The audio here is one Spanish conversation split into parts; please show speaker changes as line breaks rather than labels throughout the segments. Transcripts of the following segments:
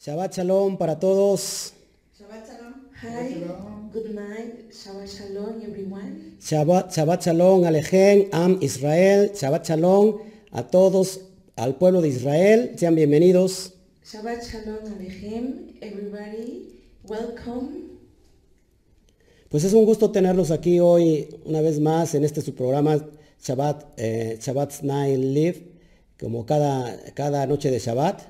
Shabbat Shalom para todos.
Shabbat shalom. Hi. Good night. Shabbat shalom, everyone.
Shabbat, Shabbat Shalom Alejen, Am Israel. Shabbat Shalom a todos, al pueblo de Israel. Sean bienvenidos.
Shabbat shalom, Alejem. Everybody, welcome.
Pues es un gusto tenerlos aquí hoy una vez más en este su programa Shabbat, eh, Shabbat Night Live, como cada, cada noche de Shabbat.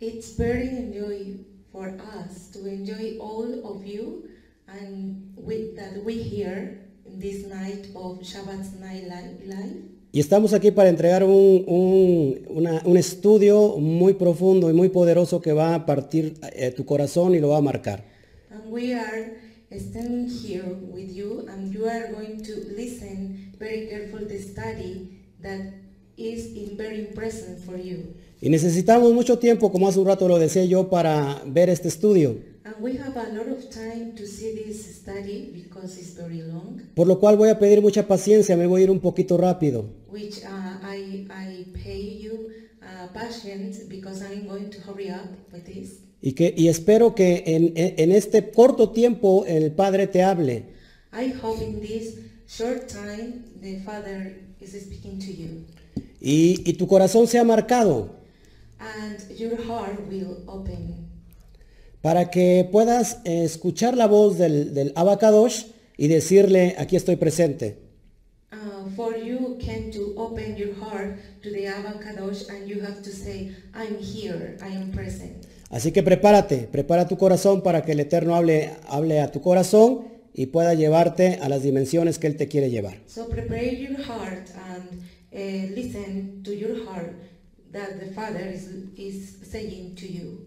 It's very enjoy for us to enjoy all of you and with that we here in this night of Shabbat's night li- life.
Y estamos aquí para entregar un, un- una- un estudio muy profundo y muy poderoso que va a partir eh, tu corazón y lo va a marcar.
And we are standing here with you and you are going to listen very careful the study that is in very present for you.
Y necesitamos mucho tiempo, como hace un rato lo decía yo, para ver este estudio.
And we have a lot of time to see this study because it's very long,
Por lo cual voy a pedir mucha paciencia, me voy a ir un poquito rápido.
which uh, I, I pay you uh, patience because I'm going to hurry up with this.
Y, que, y espero que en, en- en este corto tiempo el Padre te hable.
I hope in this short time the Father is speaking to you
Y, y tu corazón sea marcado
and your heart will open
para que puedas eh, escuchar la voz del, del Abacadosh y decirle, aquí estoy presente.
Uh, for you can to open your heart to the Avocados and you have to say, I'm here, I am present.
Así que prepárate, prepara tu corazón para que el Eterno hable, hable a tu corazón y pueda llevarte a las dimensiones que Él te quiere llevar.
So prepare your heart and uh, listen to your heart that the Father is, is saying to you.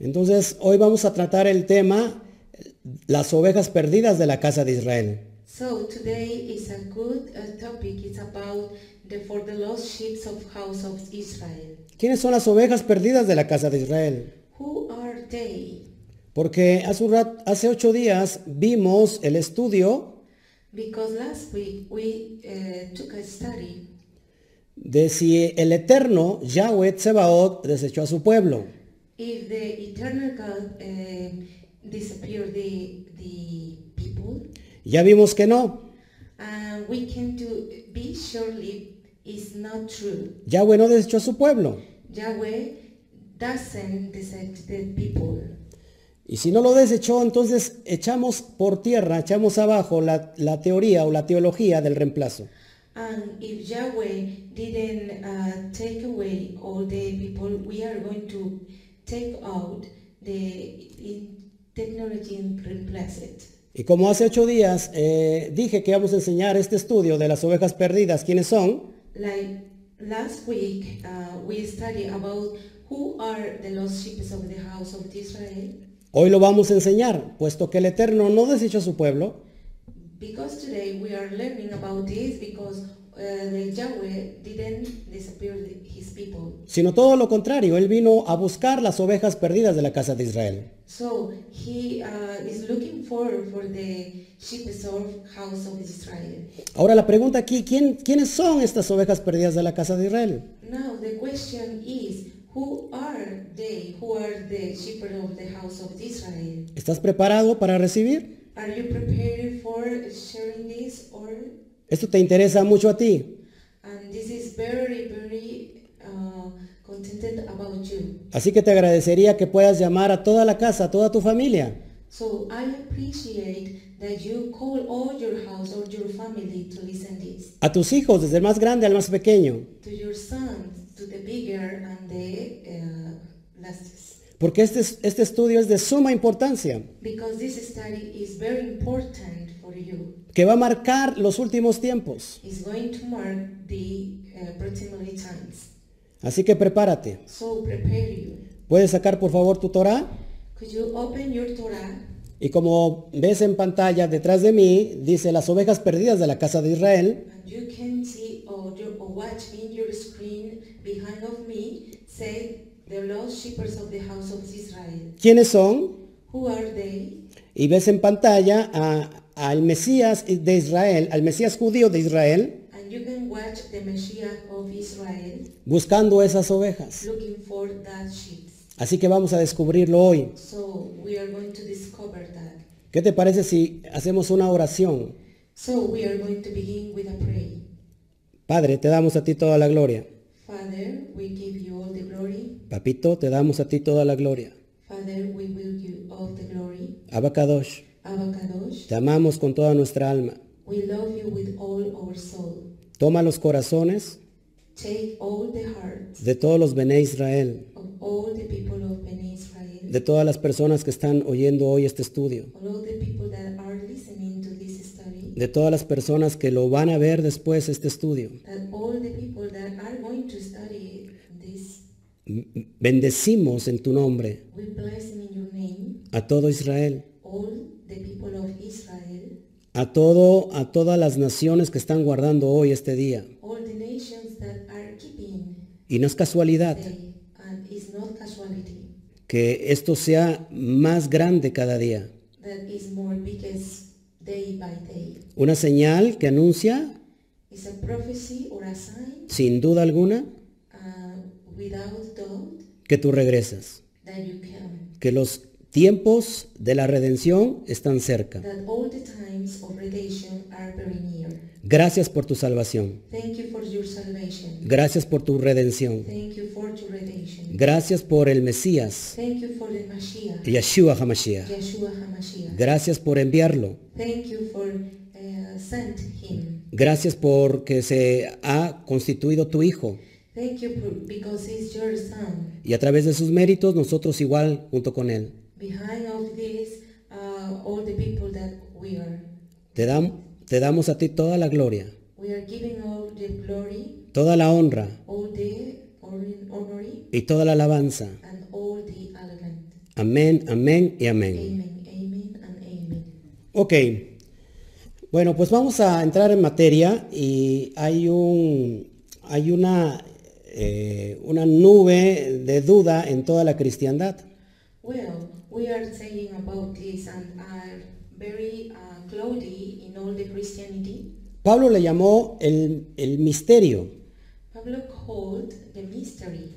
Entonces, hoy vamos a tratar el tema, eh, las ovejas perdidas de la casa de Israel.
So today is a good uh, topic. It's about the for the lost sheep of house of Israel.
¿Quiénes son las ovejas perdidas de la casa de Israel?
Who are they?
Porque hace, un rat- hace ocho días vimos el estudio
Because last week we uh, took a study
de si el eterno Yahweh Tsebaot desechó a su pueblo.
If the eternal God um, disappeared the the people,
Ya vimos que no.
and we can to be surely is not true.
Yahweh no desechó a su pueblo.
Yahweh doesn't desert the people.
Y si no lo desechó, entonces echamos por tierra, echamos abajo la, la teoría o la teología del reemplazo.
And if Yahweh didn't uh, take away all the people, we are going to take out the in technology and replace it.
Y como hace ocho días eh, dije que vamos a enseñar este estudio de las ovejas perdidas, quiénes son,
Like last week, uh, we studied about who are the lost sheep of the house of Israel.
hoy lo vamos a enseñar, puesto que el Eterno no desechó a su pueblo,
Because today we are learning about this because uh, the Yahweh didn't disappear the- his people.
sino todo lo contrario, Él vino a buscar las ovejas perdidas de la casa de Israel.
So he uh, is looking for for the sheep of house of Israel.
Ahora la pregunta aquí, ¿quién- ¿quiénes son estas ovejas perdidas de la casa de Israel?
Now the question is, who are they? Who are the shepherd of the house of Israel?
¿Estás preparado para recibir?
Are you prepared for sharing this or
Esto te interesa mucho a ti,
And this is very, very uh, contented about you.
Así que te agradecería que puedas llamar a toda la casa, a toda tu familia,
So I appreciate that you call all your house or your family to listen this.
a tus hijos, desde el más grande al más pequeño,
To your sons, to the bigger and the uh, lastest.
porque este, es- este estudio es de suma importancia,
Because this study is very important for you.
que va a marcar los últimos tiempos.
It's going to mark the uh, proximity times.
Así que prepárate.
So prepare you.
Puedes sacar por favor tu Torah
Could you open your Torah?
y como ves en pantalla detrás de mí, dice las ovejas perdidas de la casa de Israel.
And you can see or, your, or watch in your screen behind of me say the lost shepherds of the house of Israel.
¿Quiénes son?
Who are they?
Y ves en pantalla a- al Mesías de Israel, al Mesías judío de Israel,
And you can watch the Messiah of Israel
buscando esas ovejas.
looking for that sheep.
Así que vamos a descubrirlo hoy.
So we are going to discover that.
¿Qué te parece si hacemos una oración?
So we are going to begin with a prayer.
Padre, te damos a ti toda la gloria.
Father, we give you all the glory.
Papito, te damos a ti toda la gloria.
Father, we will give all the glory.
Abacadosh,
Abba Kadosh,
te amamos con toda nuestra alma.
we love you with all our soul.
Toma los corazones
Take all the hearts
de todos los Bene Israel,
of all the people of Bnei Israel,
de todas las personas que están oyendo hoy este estudio,
all the people that are listening to this study,
de todas las personas que lo van a ver después este estudio.
that all the people that are going to study this,
M- Bendecimos en tu nombre
we bless in your name
a todo Israel,
all the people of Israel,
a todo a todas las naciones que están guardando hoy este día.
all the nations that are keeping
Y no es casualidad
day, and it's not casualty
que esto sea más grande cada día.
that is more biggest day by day.
Una señal que anuncia,
It's a prophecy or a sign,
sin duda alguna,
uh, without doubt,
que tú regresas,
that you come.
que los tiempos de la redención están cerca.
that all the times of redemption are very near.
Gracias por tu salvación.
Thank you for your salvation.
Gracias por tu redención.
Thank you for your redemption.
Gracias por el Mesías,
Thank you for the Mashiach,
Yeshua HaMashiach.
Yeshua HaMashiach.
Gracias por enviarlo.
Thank you for uh, sent him.
Gracias porque se ha constituido tu Hijo.
Thank you for, because he's your son.
Y a través de sus méritos, nosotros igual junto con Él.
Behind of this, uh, all the people that we are.
Te, dam- te damos a ti toda la gloria,
We are giving all the glory,
toda la honra
all the honor- honor,
y toda la alabanza.
and all the elegant.
Amén, amén y amén.
Amen, amen, and amen.
Ok. Bueno, pues vamos a entrar en materia y hay un hay una, eh, una nube de duda en toda la cristiandad.
Well, we are saying about this and are very uh, cloudy in all the Christianity.
Pablo le llamó el, el misterio.
Pablo called the mystery,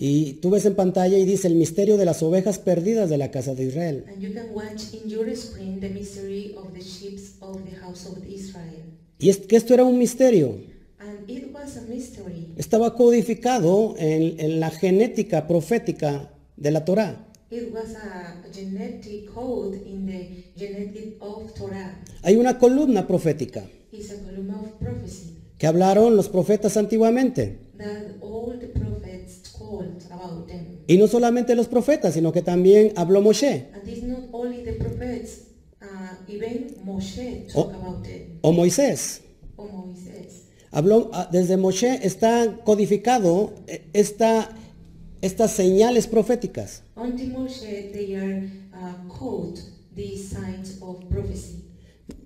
Y tú ves en pantalla y dice el misterio de las ovejas perdidas de la casa de Israel.
and you can watch in your screen the mystery of the sheep of the house of Israel.
Y es que esto era un misterio.
And it was a mystery.
Estaba codificado en, en la genética profética de la Torá.
It was a genetic code in the genetic of Torah.
Hay una columna profética
It's a column of prophecy
que hablaron los profetas antiguamente.
that all the prophets called about them.
Y no solamente los profetas, sino que también habló Moshe
And it's not only the prophets, uh, even Moshe talked about it.
o Moisés.
Oh, Moisés.
Habló, ah, desde Moshe está codificado eh, esta, estas señales proféticas.
Until Moshe, they are uh, called these signs of prophecy.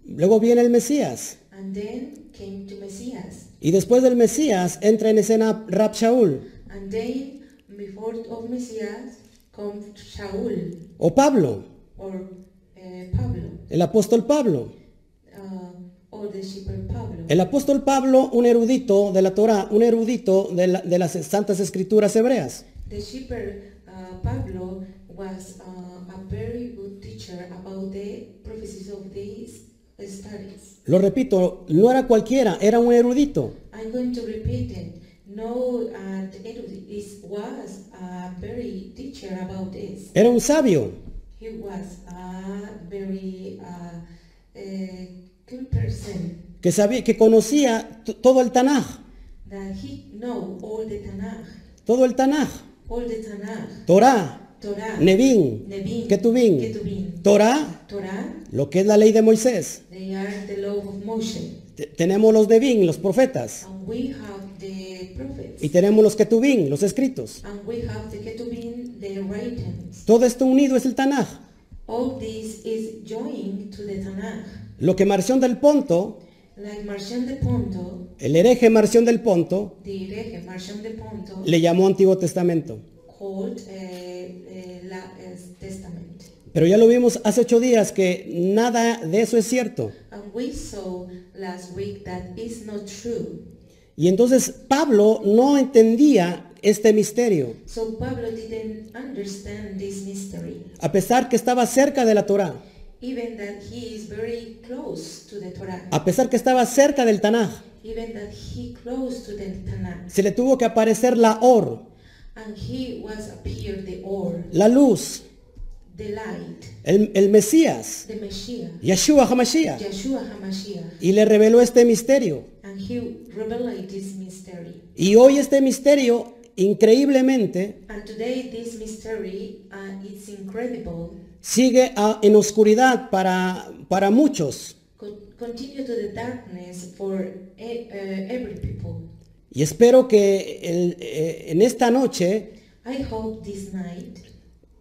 Luego viene el Mesías.
And then came to Messias.
Y después del Mesías entra en escena Rab Shaul
And then, before of Messias, come Shaul
o Pablo,
or uh, Pablo,
el apóstol Pablo.
uh, or the shepherd Pablo.
El apóstol Pablo, un erudito de la Torá, un erudito de, la- de las santas escrituras hebreas.
The shepherd uh, Pablo was uh, a very good teacher about the prophecies of these studies.
Lo repito, no era cualquiera, era un erudito.
I'm going to repeat it. No, and it is, was a very teacher about this.
Era un sabio,
He was a very uh, a good person
que sabía, que conocía t- todo el Tanaj,
that he know all the Tanakh,
todo el Tanaj,
all the Tanakh,
Torá,
Torah,
Nevin,
Nevin,
Ketuvim.
Ketuvim.
Torá,
Torah.
lo que es la ley de Moisés.
They are the law of Moshe.
Te- tenemos los Nevin, los profetas,
And we have the prophets.
y tenemos los Ketuvim, los escritos.
And we have the Ketuvim, the writings.
Todo esto unido es el Tanaj.
All this is joined to the Tanakh.
Lo que Marción del Ponto,
Like Marcion de Ponto,
el hereje Marción del Ponto,
the hereje Marcion de Ponto
le llamó Antiguo Testamento.
called uh, uh, la, uh, Testament.
Pero ya lo vimos hace ocho días que nada de eso es cierto.
And we saw last week that it's not true.
Y Y entonces Pablo no entendía este misterio,
So Pablo didn't understand this mystery,
a pesar que estaba cerca de la Torá,
even that he is very close to the Torah,
a pesar que estaba cerca del Tanaj.
even that he close to the Tanakh,
Se le tuvo que aparecer la or,
and he was appeared the Or,
la luz,
the light,
el, el Mesías,
the Messiah,
Yeshua HaMashiach,
Yeshua HaMashiach,
y le reveló este misterio.
and he revealed this mystery.
Y hoy este misterio, increíblemente,
And today this mystery uh, is incredible,
sigue ah, en oscuridad para, para muchos.
Con- continue to the darkness for e- uh, every people.
Y espero que el- eh, en esta noche
I hope this night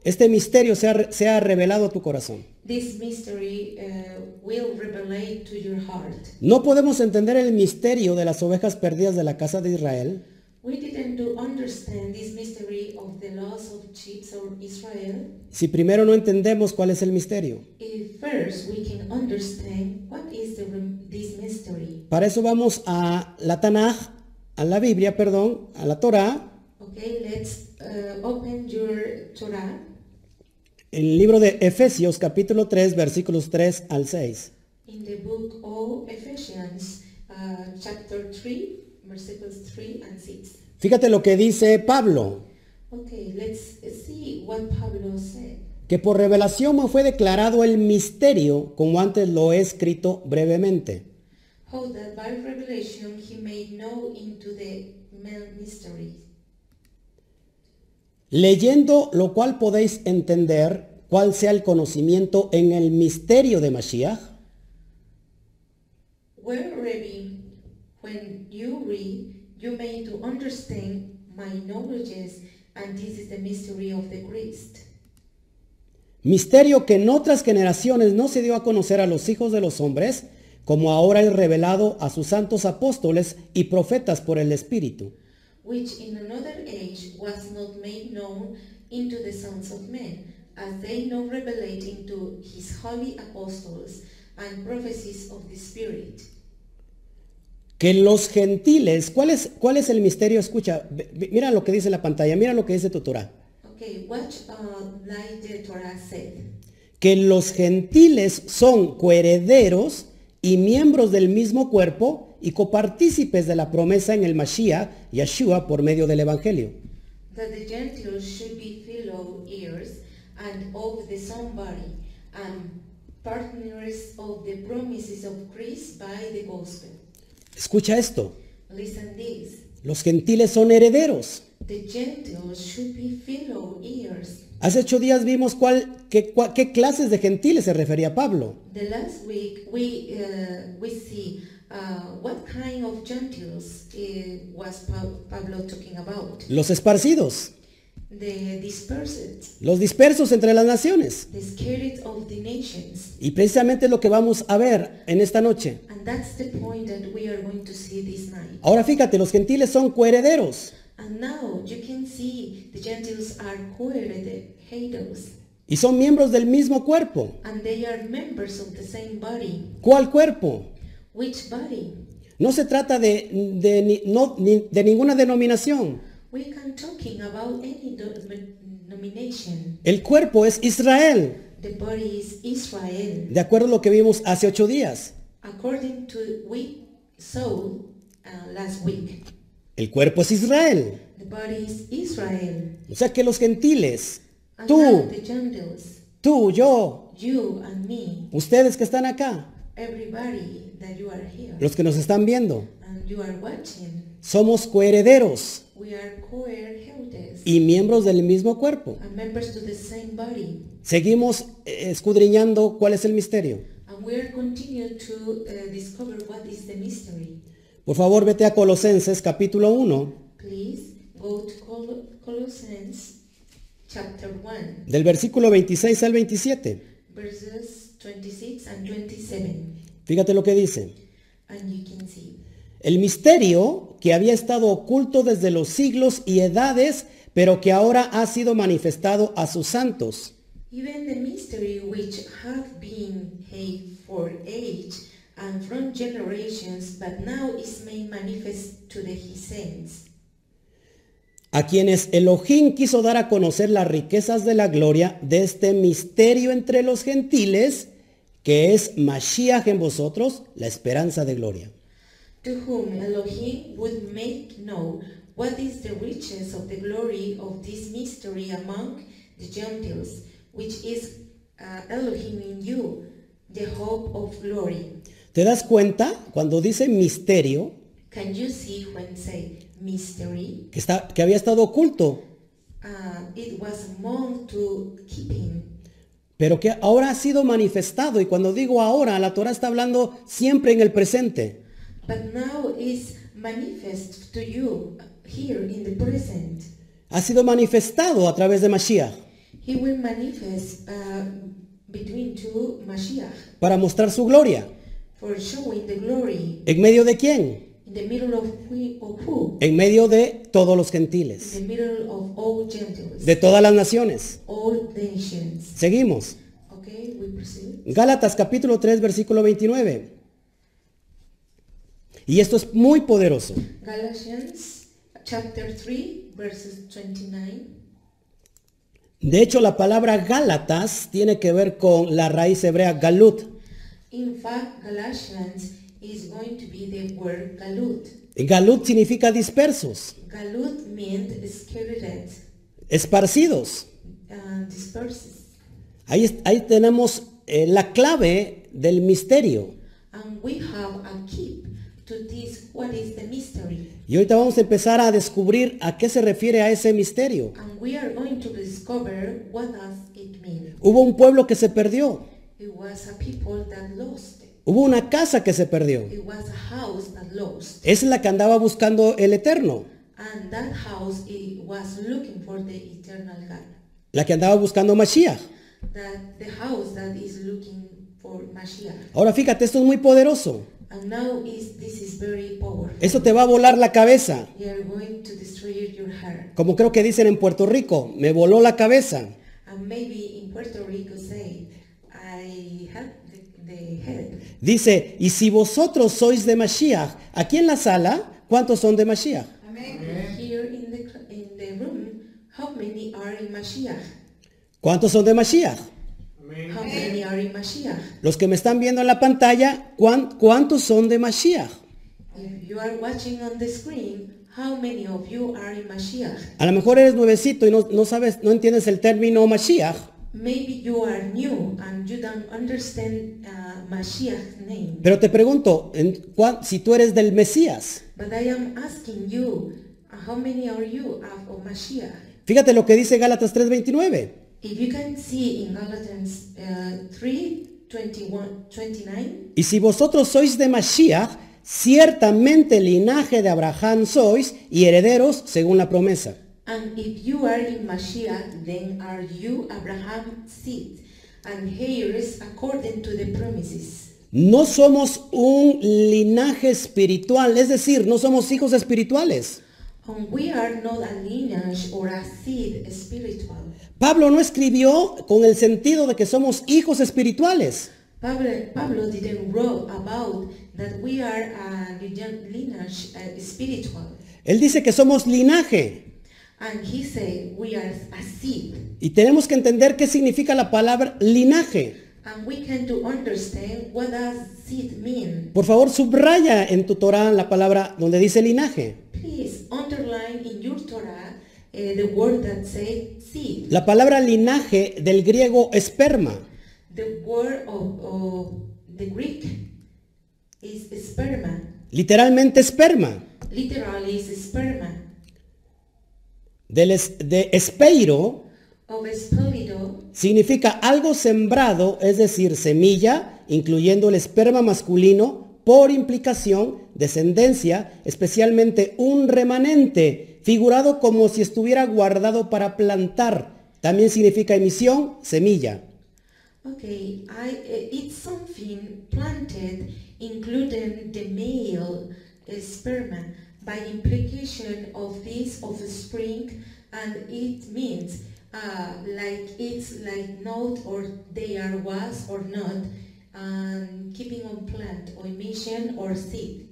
este misterio sea, sea revelado a tu corazón.
This mystery uh, will revelate to your heart.
No podemos entender el misterio de las ovejas perdidas de la casa de Israel
We didn't do understand this mystery of the loss of sheep or Israel
si primero no entendemos cuál es el misterio.
if first we can understand what is the, rem- this mystery.
Para eso vamos a la Tanaj, a la Biblia, perdón, a la Torá,
Okay, let's uh, open your Torah,
el libro de Efesios capítulo 3 versículos 3 al 6.
in the book of Ephesians, uh, chapter 3, versículos 3 and 6.
Fíjate lo que dice Pablo,
Okay, let's see what Pablo said.
que por revelación me fue declarado el misterio, como antes lo he escrito brevemente.
How that by revelation he made know into the man mystery,
Leyendo lo cual podéis entender cuál sea el conocimiento en el misterio de Mashiach,
wherein when you read, you may to understand my knowledges, and this is the mystery of the Christ,
misterio que en otras generaciones no se dio a conocer a los hijos de los hombres, como ahora es revelado a sus santos apóstoles y profetas por el Espíritu.
which in another age was not made known into the sons of men, as they now revelate into his holy apostles and prophecies of the Spirit.
Que los gentiles, ¿cuál es, cuál es el misterio? Escucha, ve- ve- mira lo que dice la pantalla, mira lo que dice tu Torah.
Okay, watch uh, like the Torah said.
que los gentiles son coherederos y miembros del mismo cuerpo y copartícipes de la promesa en el Mashiach, Yeshua, por medio del Evangelio.
that the Gentiles should be fellow heirs and of the same body, and partners of the promises of Christ by the gospel.
Escucha esto,
Listen this.
los gentiles son herederos.
The Gentiles should be fellow heirs.
Hace ocho días vimos cuál, qué, cua- qué clases de gentiles se refería Pablo.
The last week we uh, we see uh, what kind of Gentiles uh, was Pa- Pablo talking about.
Los esparcidos,
The dispersed,
los dispersos entre las naciones.
the scattered of the nations,
Y precisamente es lo que vamos a ver en esta noche.
and that's the point that we are going to see this night.
Ahora fíjate, los gentiles son coherederos
And now you can see the Gentiles are coercited haters,
y son miembros del mismo cuerpo.
and they are members of the same body.
¿Cuál cuerpo?
Which body?
No se trata de, de ni- no- ni- de ninguna denominación.
We can talking about any do- nomination.
El cuerpo es Israel,
The body is Israel,
de acuerdo a lo que vimos hace ocho días.
according to we saw uh, last week.
El cuerpo es Israel.
The body is Israel,
O sea que los gentiles,
and now
tú,
the Gentiles,
tú, yo,
you and me,
ustedes que están acá,
everybody that you are here
los que nos están viendo,
and you are watching,
somos coherederos
we are co-heirs.
y miembros del mismo cuerpo.
are members to the same body,
Seguimos eh, escudriñando cuál es el misterio.
and we are continue to uh, discover what is the mystery.
Por favor, vete a Colosenses capítulo 1,
Please go to Col- Colossians chapter 1,
del versículo 26 al 27.
verses 26 and 27,
Fíjate lo que dice.
and you can see.
El misterio que había estado oculto desde los siglos y edades, pero que ahora ha sido manifestado a sus santos,
Even the mystery which have been hid for age and from generations, but now is made manifest to the his saints,
a quienes Elohim quiso dar a conocer las riquezas de la gloria de este misterio entre los gentiles, que es Mashiach en vosotros, la esperanza de gloria.
to whom Elohim would make know what is the riches of the glory of this mystery among the Gentiles, which is uh, Elohim in you, the hope of glory.
¿Te das cuenta cuando dice misterio
Can you see when say mystery?
que, está, que había estado oculto,
Uh, it was among to keeping,
pero que ahora ha sido manifestado? Y cuando digo ahora, la Torah está hablando siempre en el presente.
but now is manifest to you here in the present.
Ha sido manifestado a través de Mashiach
He will manifest uh, between two Mashiach
para mostrar su gloria.
for showing the glory
¿En medio de quién?
in the middle of who, of who?
En medio de todos los gentiles,
in the middle of all Gentiles,
de todas las naciones.
all nations.
Seguimos.
Okay, we proceed.
Gálatas capítulo 3, versículo 29. Y esto es muy poderoso.
Galatians chapter 3, verses 29.
De hecho, la palabra Gálatas tiene que ver con la raíz hebrea galut.
In fact, Galatians is going to be the word galut.
Galut significa dispersos,
Galut meant scattered,
esparcidos.
uh, dispersed.
Ahí, es- ahí tenemos eh, la clave del misterio.
And we have a keep to this what is the mystery.
Y ahorita vamos a empezar a descubrir a qué se refiere a ese misterio.
And we are going to discover what does it mean.
Hubo un pueblo que se perdió,
It was a people that lost.
hubo una casa que se perdió.
It was a house that lost.
Esa es la que andaba buscando el Eterno,
And that house it was looking for the eternal God.
la que andaba buscando Mashiach.
That the house that is looking for Mashiach.
Ahora fíjate, esto es muy poderoso.
And now is this is very powerful.
Esto te va a volar la cabeza.
They are going to destroy your heart.
Como creo que dicen en Puerto Rico, me voló la cabeza.
And maybe in Puerto Rico say, I had the, the head.
Dice, y si vosotros sois de Mashiach, aquí en la sala, ¿cuántos son de Mashiach?
Here in the, cl- in the room, how many are in Mashiach?
¿Cuántos son de Mashiach?
How many are in Mashiach?
Los que me están viendo en la pantalla, ¿cuán- ¿cuántos son de Mashiach?
If you are watching on the screen, how many of you are in Mashiach?
A lo mejor eres nuevecito y no, no sabes, no entiendes el término Mashiach.
Maybe you are new and you don't understand uh, Mashiach name.
Pero te pregunto, en cuán- si tú eres del Mesías,
But I am asking you, uh, how many are you of of Mashiach?
fíjate lo que dice Gálatas 3:29.
If you can see in Galatians uh, 3, 21, 29,
Y si vosotros sois de Mashiach, ciertamente linaje de Abraham sois y herederos según la promesa.
and if you are in Mashiach, then are you Abraham's seed and heirs according to the promises.
No somos un linaje espiritual, es decir, no somos hijos espirituales.
And we are not a lineage or a seed spiritual.
Pablo no escribió con el sentido de que somos hijos espirituales.
Pablo, Pablo didn't wrote about that we are a lineage lineage, uh, spiritual.
Él dice que somos linaje
And he said we are a seed.
y tenemos que entender qué significa la palabra linaje.
And we can to understand what does seed mean.
Por favor, subraya en tu Torah la palabra donde dice linaje.
Please underline in your Torah eh, the word that says seed.
La palabra linaje del griego esperma.
The word of, of the Greek is sperma.
Literalmente esperma.
Literally is sperma.
Del es- de espeiro
Of espelido
significa algo sembrado, es decir, semilla, incluyendo el esperma masculino, por implicación, descendencia, especialmente un remanente, figurado como si estuviera guardado para plantar. También significa emisión, semilla.
Okay, I, eh, it's something planted, including the male eh, sperma, by implication of this offspring, and it means uh, like it's like not or they are was or not and keeping on plant or mission or seed.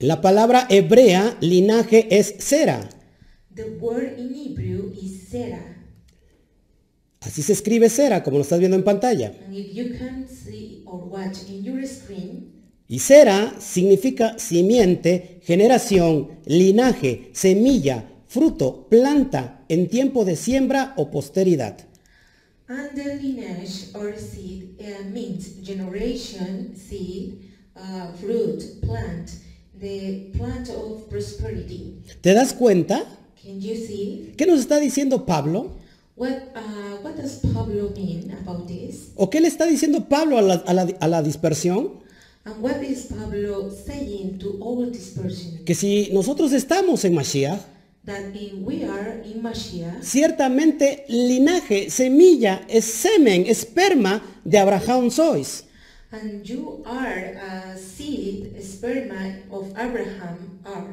La palabra hebrea, linaje, es Sera.
The word in Hebrew is Zera.
Así se escribe Sera, como lo estás viendo en pantalla.
And if you can see or watch in your screen,
Y Sera significa simiente, generación, linaje, semilla, fruto, planta, en tiempo de siembra o posteridad.
and the lineage or seed uh, means generation, seed, uh, fruit, plant, the plant of prosperity.
¿Te das cuenta?
Can you see
¿Qué nos está diciendo Pablo?
what uh, what does Pablo mean about this?
¿O qué le está diciendo Pablo a la, a la- a la dispersión?
And what is Pablo saying to all this person?
Que si nosotros estamos en Mashiach,
That in, we are in Mashiach,
ciertamente linaje, semilla, es semen, esperma de Abraham sois.
and you are a seed, sperma of Abraham are.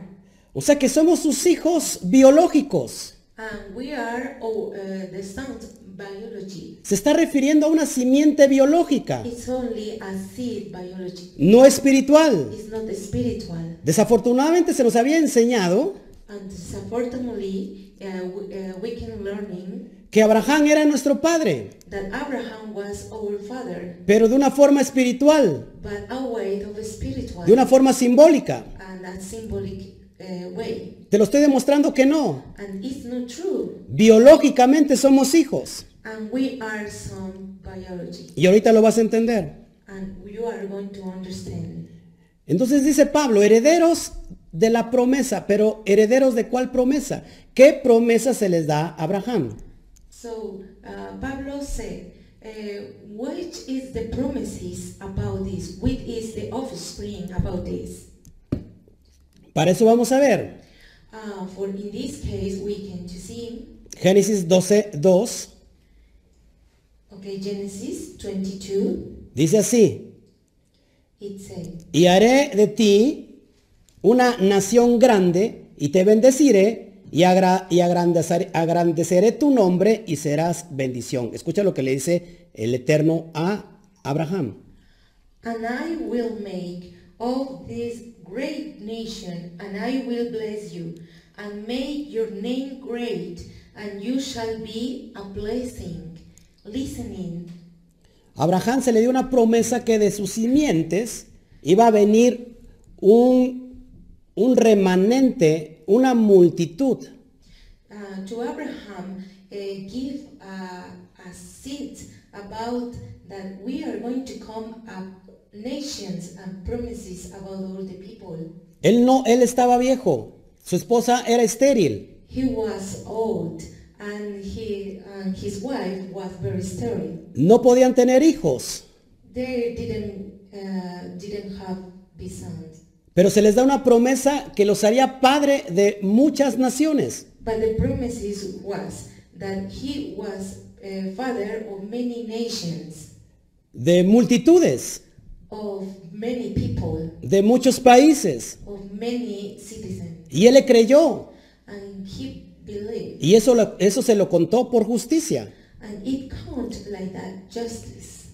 O sea que somos sus hijos biológicos.
And we are oh, uh, the sound biology.
Se está refiriendo a una simiente biológica,
It's only a seed biology.
no espiritual.
It's not spiritual.
Desafortunadamente se nos había enseñado
And unfortunately, uh, we, uh, we can learning
que Abraham era nuestro padre,
that Abraham was our father,
pero de una forma espiritual,
but a way of spiritual
de una forma simbólica.
and a symbolic uh, way.
Te lo estoy demostrando que no.
And it's not true.
Biológicamente somos hijos.
And we are some biology.
Y ahorita lo vas a entender.
And you are going to understand.
Entonces dice Pablo, herederos de la promesa, pero herederos de cuál promesa? ¿Qué promesa se les da a Abraham?
So uh, Pablo said, uh, which is the promises about this? Which is the offspring about this?
Para eso vamos a ver
Uh, for in this case, we can see,
Génesis 12, 2,
okay, Genesis 22,
dice así,
it says,
y haré de ti una nación grande y te bendeciré y, agra- y agrandezar- agrandeceré tu nombre y serás bendición. Escucha lo que le dice el Eterno a Abraham.
And I will make of this great nation, and I will bless you, and make your name great, and you shall be a blessing. Listening.
Abraham se le dio una promesa que de sus simientes iba a venir un, un remanente, una multitud.
Uh, to Abraham, uh, give uh, a seed about that we are going to come up nations and promises about all the people.
Él no, él estaba viejo, su esposa era estéril.
He was old, and he and his wife was very sterile.
No podían tener hijos,
They didn't uh, didn't have sons,
pero se les da una promesa que los haría padre de muchas naciones.
but the promises was that he was a father of many nations,
De multitudes,
of many people,
de muchos países.
of many citizens,
Y él le creyó.
and he believed,
Y eso, lo- eso se lo contó por justicia.
and it count like that justice.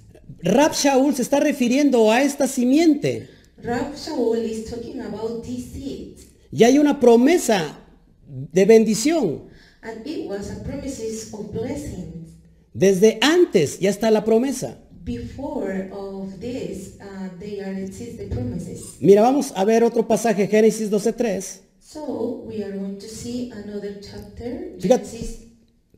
Rab Shaul se está refiriendo a esta simiente.
Rab Shaul is talking about this seed,
Y hay una promesa de bendición.
and it was a promises of blessings.
Desde antes ya está la promesa.
Before of this, uh, they are exist the promises.
Mira, vamos a ver otro pasaje, Génesis 12.3.
So we are going to see another chapter,
Fíjate.
Genesis.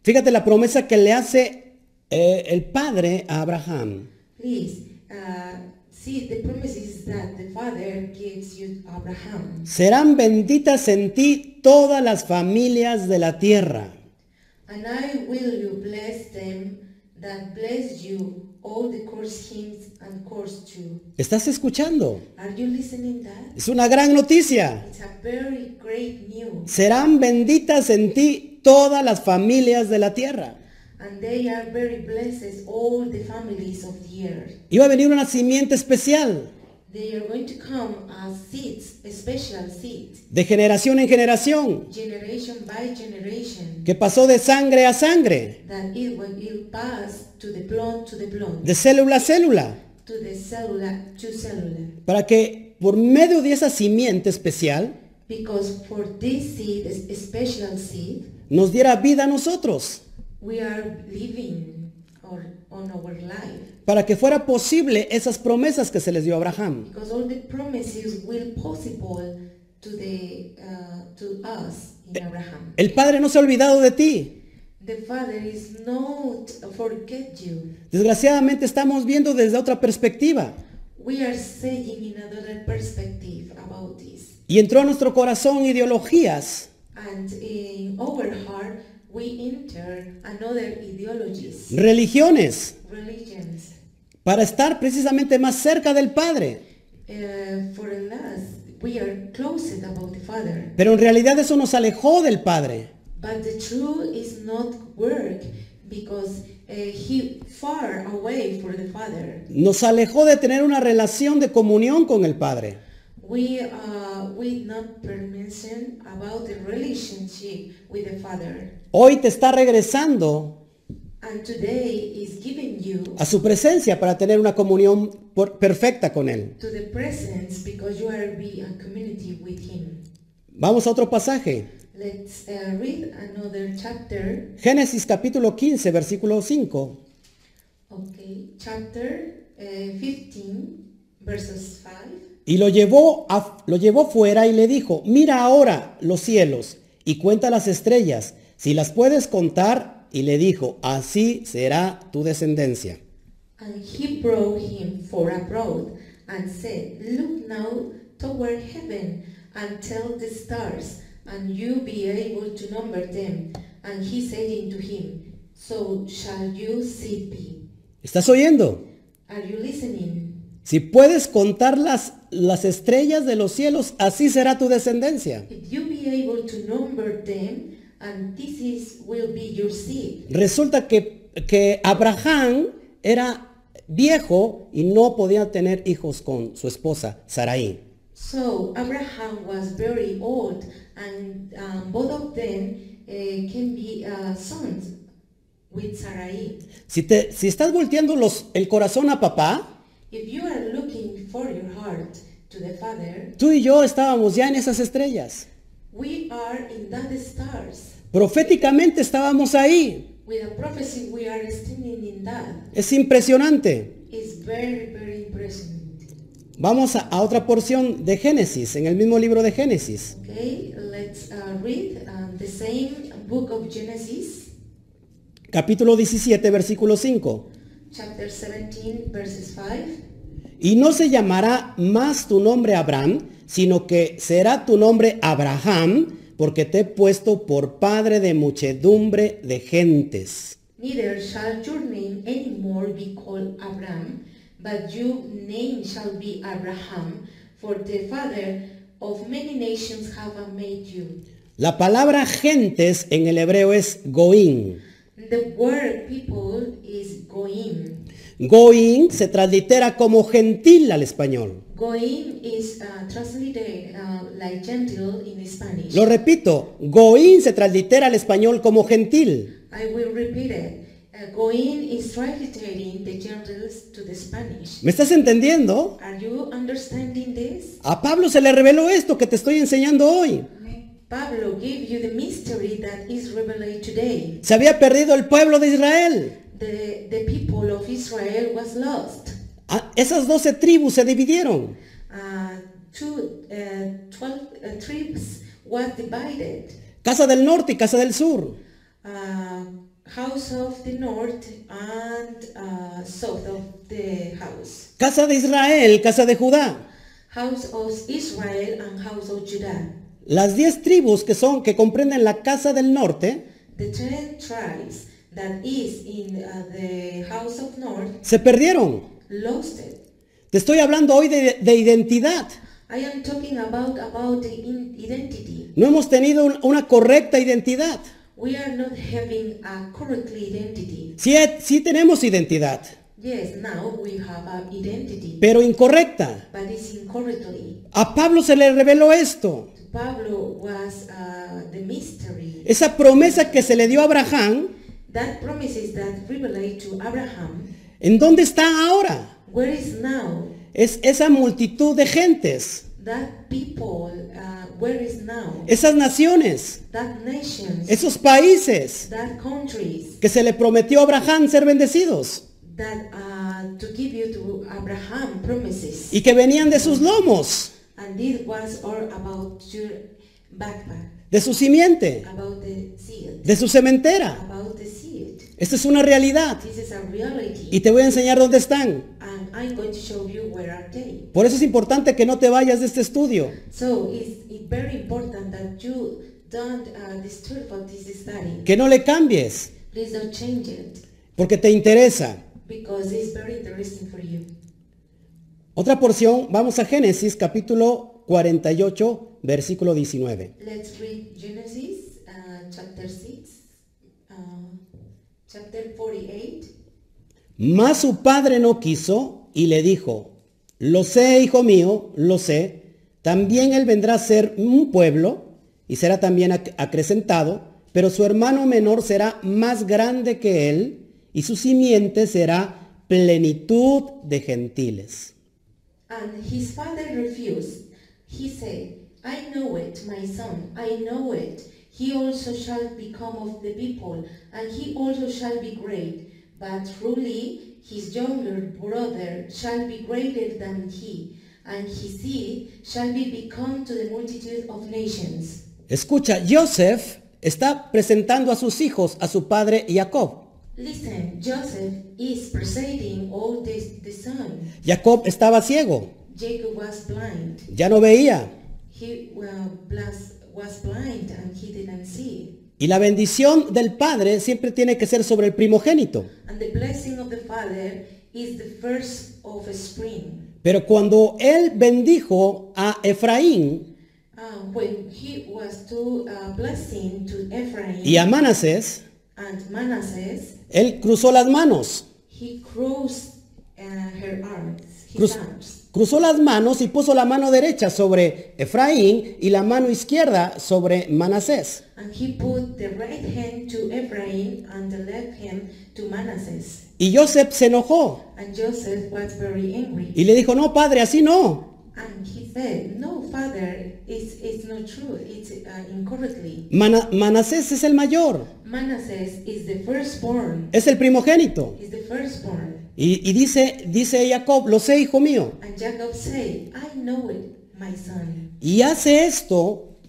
Fíjate la promesa que le hace eh, el padre a Abraham.
Please uh, see the promises that the Father gives you to Abraham,
Serán benditas en ti todas las familias de la tierra.
and I will you bless them that bless you, all the curse him and curse you.
¿Estás escuchando?
Are you listening? That
Es una gran noticia.
it's a very great news,
Serán benditas en ti todas las familias de la tierra.
and they are very blessed, all the families of the earth.
Iba a venir una simiente especial.
They are going to come as seeds, a special seed,
de generación en generación,
generation by generation,
que pasó de sangre a sangre,
that it will it pass to the blood to the blood,
de célula a célula,
to the cellular to cellular.
para que por medio de esa simiente especial
Because for this seed, a special seed,
nos diera vida a nosotros,
we are living or on our life.
para que fuera posible esas promesas que se les dio a Abraham.
Because all the promises will possible to the uh, to us in Abraham.
El Padre no se ha olvidado de ti.
The Father is not forget you.
Desgraciadamente estamos viendo desde otra perspectiva.
We are saying in another perspective about this,
Y entró a nuestro corazón ideologías,
and in our heart we enter another ideologies,
religiones,
religions,
para estar precisamente más cerca del Padre.
uh, for us we are closed about the Father.
Pero en realidad eso nos alejó del Padre.
But the truth is not work because uh, he far away for the Father.
Nos alejó de tener una relación de comunión con el Padre.
We uh, we not permission about the relationship with the Father,
Hoy te está regresando
and today is giving you
a su presencia para tener una comunión por- perfecta con Él.
to the presence because you are be a community with Him.
Vamos a otro pasaje.
Let's uh, read another chapter.
Génesis capítulo 15, versículo 5.
Okay, chapter uh, 15, verses 5.
Y lo llevó, a- lo llevó fuera y le dijo, mira ahora los cielos y cuenta las estrellas, si las puedes contar. Y le dijo, así será tu descendencia.
And he brought him for abroad and said, Look now toward heaven and tell the stars, and you be able to number them. And he said unto him, So shall you see be.
¿Estás oyendo?
Are you listening?
Si puedes contar las, las estrellas de los cielos, así será tu descendencia.
If you be able to number them, and this is will be your seed.
Resulta que, que Abraham era viejo y no podía tener hijos con su esposa Sarai.
So Abraham was very old, and um, both of them uh, can be uh, sons with Sarai.
Si, te, si estás volteando los- el corazón a papá,
If you are looking for your heart to the Father,
tú y yo estábamos ya en esas estrellas.
we are in that stars.
Proféticamente estábamos ahí.
With a prophecy, we are standing in that.
Es impresionante.
It's very, very impressive.
Vamos a, a otra porción de Génesis, en el mismo libro de Génesis.
Okay, let's uh, read um, the same book of Genesis,
Capítulo 17, versículo 5.
chapter 17, verses 5.
Y no se llamará más tu nombre Abraham, sino que será tu nombre Abraham, porque te he puesto por padre de muchedumbre de gentes.
Neither shall your name any more be called Abram, but your name shall be Abraham, for the father of many nations have I made you.
La palabra gentes en el hebreo es goín.
The word people is goim.
Goín se translitera como gentil al español.
Goim is uh, translated uh, like gentle in Spanish.
Lo repito, goín se translitera al español como gentil.
I will repeat it. Uh, goim is translating the gentles to the Spanish.
¿Me estás entendiendo?
Are you understanding this?
A Pablo se le reveló esto que te estoy enseñando hoy.
Pablo gave you the mystery that is revealed today.
Se había perdido el pueblo de Israel.
The, the people of Israel was lost.
Ah, Esas doce tribus se dividieron.
Uh, two, uh, 12 uh, tribes was divided.
Casa del norte y casa del sur.
uh, house of the north and uh, south of the house
Casa de Israel, casa de Judá.
house of israel and house of judah
Las diez tribus que son, que comprenden la casa del norte,
the ten tribes that is in uh, the house of north
se perdieron.
lost it
Te estoy hablando hoy de, de identidad.
i am talking about about the in- identity
No hemos tenido un- una correcta identidad.
we are not having a correct identity
Sí, eh, sí tenemos identidad.
Yes, now we have our identity,
pero incorrecta.
but it's incorrectly.
A Pablo se le reveló esto.
To Pablo was uh, the mystery.
Esa promesa que se le dio a Abraham,
That promises that revelate to Abraham
¿en dónde está ahora?
where is now
Es esa multitud de gentes,
that people, uh, where is now
esas naciones,
that nations,
esos países
that countries
que se le prometió a Abraham ser bendecidos
that uh, to give you to Abraham promises.
y que venían de sus lomos,
And it was all about your backpack,
de su simiente,
about the seed,
de su cementera.
about the seed.
Esta es una realidad
This is a reality.
y te voy a enseñar dónde están.
and I'm going to show you where are they.
Por eso es importante que no te vayas de este estudio.
So it's, it's very important that you don't uh, disturb about this study.
Que no le cambies,
Please don't change it
porque te interesa.
because it's very interesting for you.
Otra porción, vamos a Génesis capítulo 48, versículo 19.
Let's read Genesis uh, chapter 6, uh, chapter 48.
Mas su padre no quiso y le dijo, lo sé, hijo mío, lo sé, también él vendrá a ser un pueblo y será también ac- acrecentado, pero su hermano menor será más grande que él y su simiente será plenitud de gentiles.
And his father refused. He said, I know it, my son, I know it. He also shall become of the people, and he also shall be great. But truly, his younger brother shall be greater than he, and his seed shall be become to the multitude of nations.
Escucha, Joseph está presentando a sus hijos, a su padre Jacob.
Listen, Joseph is presiding all this the son.
Jacob estaba ciego,
Jacob was blind.
ya no veía.
He well, plus, was blind and he didn't see.
Y la bendición del padre siempre tiene que ser sobre el primogénito.
And the blessing of the Father is the first of a spring.
Pero cuando él bendijo a Efraín
Uh, when he was to uh, blessing to Ephraim
y a Manasés,
and Manasseh,
él cruzó las manos.
he crossed uh, her arms, his
Cruz-
arms.
cruzó las manos y puso la mano derecha sobre Efraín y la mano izquierda sobre Manasés.
And he put the right hand to Ephraim and the left hand to Manasseh.
Y Joseph se enojó
And Joseph was very angry.
y le dijo, no, padre, así no.
And he said, No, Father, it's, it's not true. It's uh, incorrectly.
Mana- Manasés es el mayor,
Manasseh is the firstborn.
es el primogénito.
Is the firstborn.
Y, y dice, dice Jacob, lo sé, hijo mío.
And Jacob said, I know it, my son.
Y hace esto,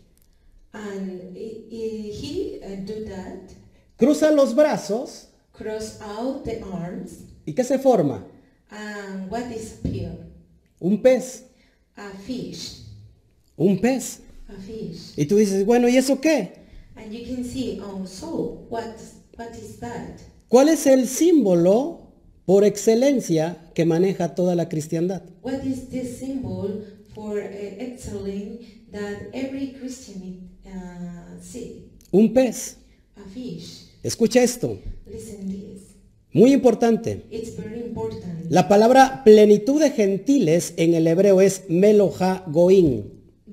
And i- i- he uh, do that,
cruza los brazos
cross out the arms,
y ¿qué se forma?
and what is appear?
Un pez,
A fish,
un pez.
a fish.
Y tú dices, bueno, ¿y eso qué?
And you can see also what what is that?
¿Cuál es el símbolo por excelencia que maneja toda la cristiandad?
What is this symbol for uh, excelling that every Christian uh, see?
Un pez.
A fish.
Escucha esto,
Listen this.
muy importante.
It's very important.
La palabra plenitud de gentiles en el hebreo es meloja goim.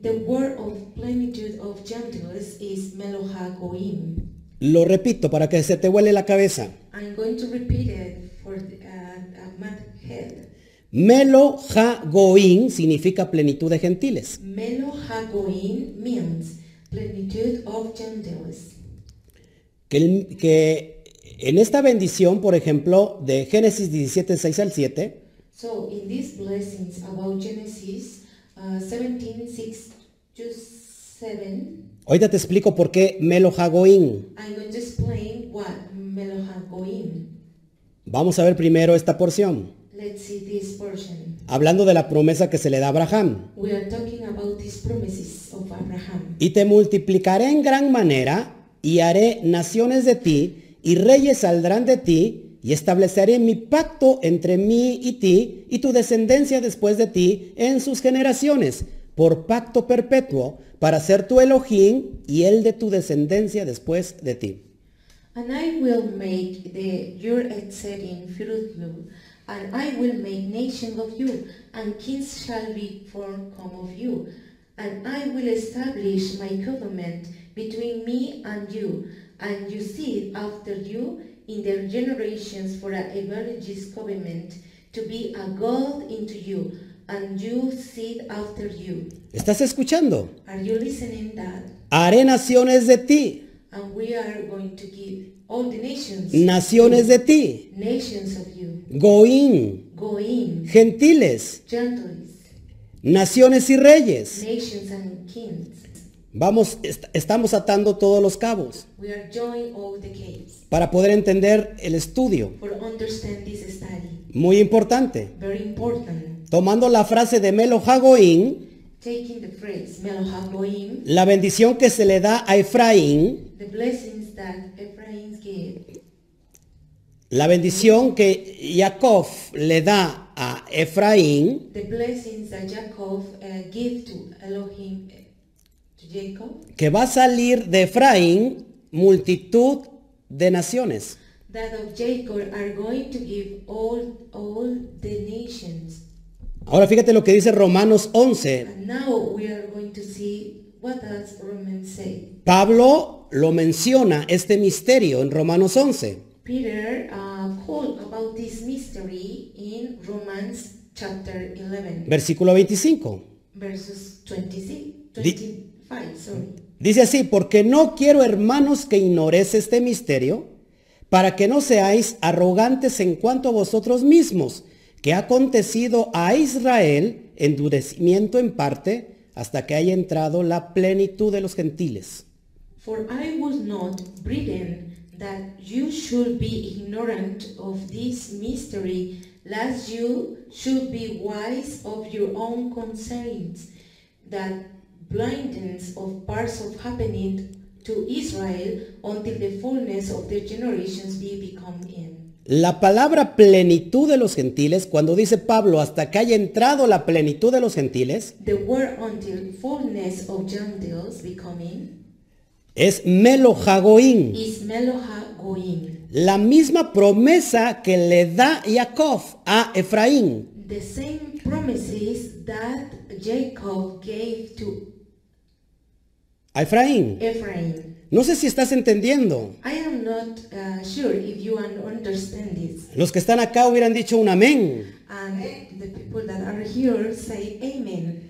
The word of plenitude of gentles is Meloha Goim.
Lo repito para que se te huele la cabeza.
I'm going to repeat it for uh, Matt Head.
Meloja goim significa plenitud de gentiles.
Meloha Goim means plenitude of gentles.
Que, el- que en esta bendición, por ejemplo, de Génesis 17, 6 al 7,
So in these blessings about Genesis uh, 17, 6 to 7,
ahorita te explico por qué meloja goim.
I'm going to explain what Meloha Goim.
Vamos a ver primero esta porción.
Let's see this portion.
hablando de la promesa que se le da a Abraham.
We are talking about these promises of Abraham.
Y te multiplicaré en gran manera, y haré naciones de ti, y reyes saldrán de ti, y estableceré mi pacto entre mí y ti, y tu descendencia después de ti, en sus generaciones, por pacto perpetuo, para ser tu Elohim y el de tu descendencia después de ti.
And I will make the, your exceeding fruitful, And I will make nations of you, and kings shall be formed come of you. And I will establish my covenant between me and you, and your seed after you in their generations for an everlasting covenant to be a God into you, and you seed after you.
¿Estás escuchando?
Are you listening that?
Haré naciones de ti,
And we are going to give all the nations,
naciones de ti,
nations of you,
Goín,
go in,
gentiles,
gentles,
naciones y reyes.
nations and kings.
Vamos, est- estamos atando todos los cabos
We are joining all the gates
para poder entender el estudio.
for understand this study.
Muy importante.
Very important.
Tomando la frase de Melo Hagoín,
Taking the phrase Melohagoim,
la bendición que se le da a Efraín,
the blessings that Ephraim gave,
la bendición que Jacob le da a Efraín,
the blessings that Jacob uh, gave to Elohim, uh, to Jacob,
que va a salir de Efraín multitud de naciones.
that of Jacob are going to give all all the nations.
Ahora fíjate lo que dice Romanos 11.
And now we are going to see what does Romans say.
Pablo lo menciona este misterio en Romanos 11.
Peter uh, called about this mystery in Romans chapter 11,
Versículo 25.
verses 26,
Di-
25, sorry.
Dice así, porque no quiero, hermanos, que ignoréis este misterio, para que no seáis arrogantes en cuanto a vosotros mismos, que ha acontecido a Israel endurecimiento en parte hasta que haya entrado la plenitud de los gentiles.
For I would not, brethren, that you should be ignorant of this mystery, lest you should be wise of your own concerns, that blindness of parts of happening to Israel until the fullness of the generations be become in.
La palabra plenitud de los gentiles, cuando dice Pablo, hasta que haya entrado la plenitud de los gentiles,
The word until fullness of Gentiles becoming
es melojagoín,
is Meloha going.
la misma promesa que le da Jacob a Efraín.
The same promises that Jacob gave to
A Efraín.
Ephraim.
No sé si estás entendiendo.
I am not uh, sure if you un- understand this.
Los que están acá hubieran dicho un amén.
And the people that are here say Amen.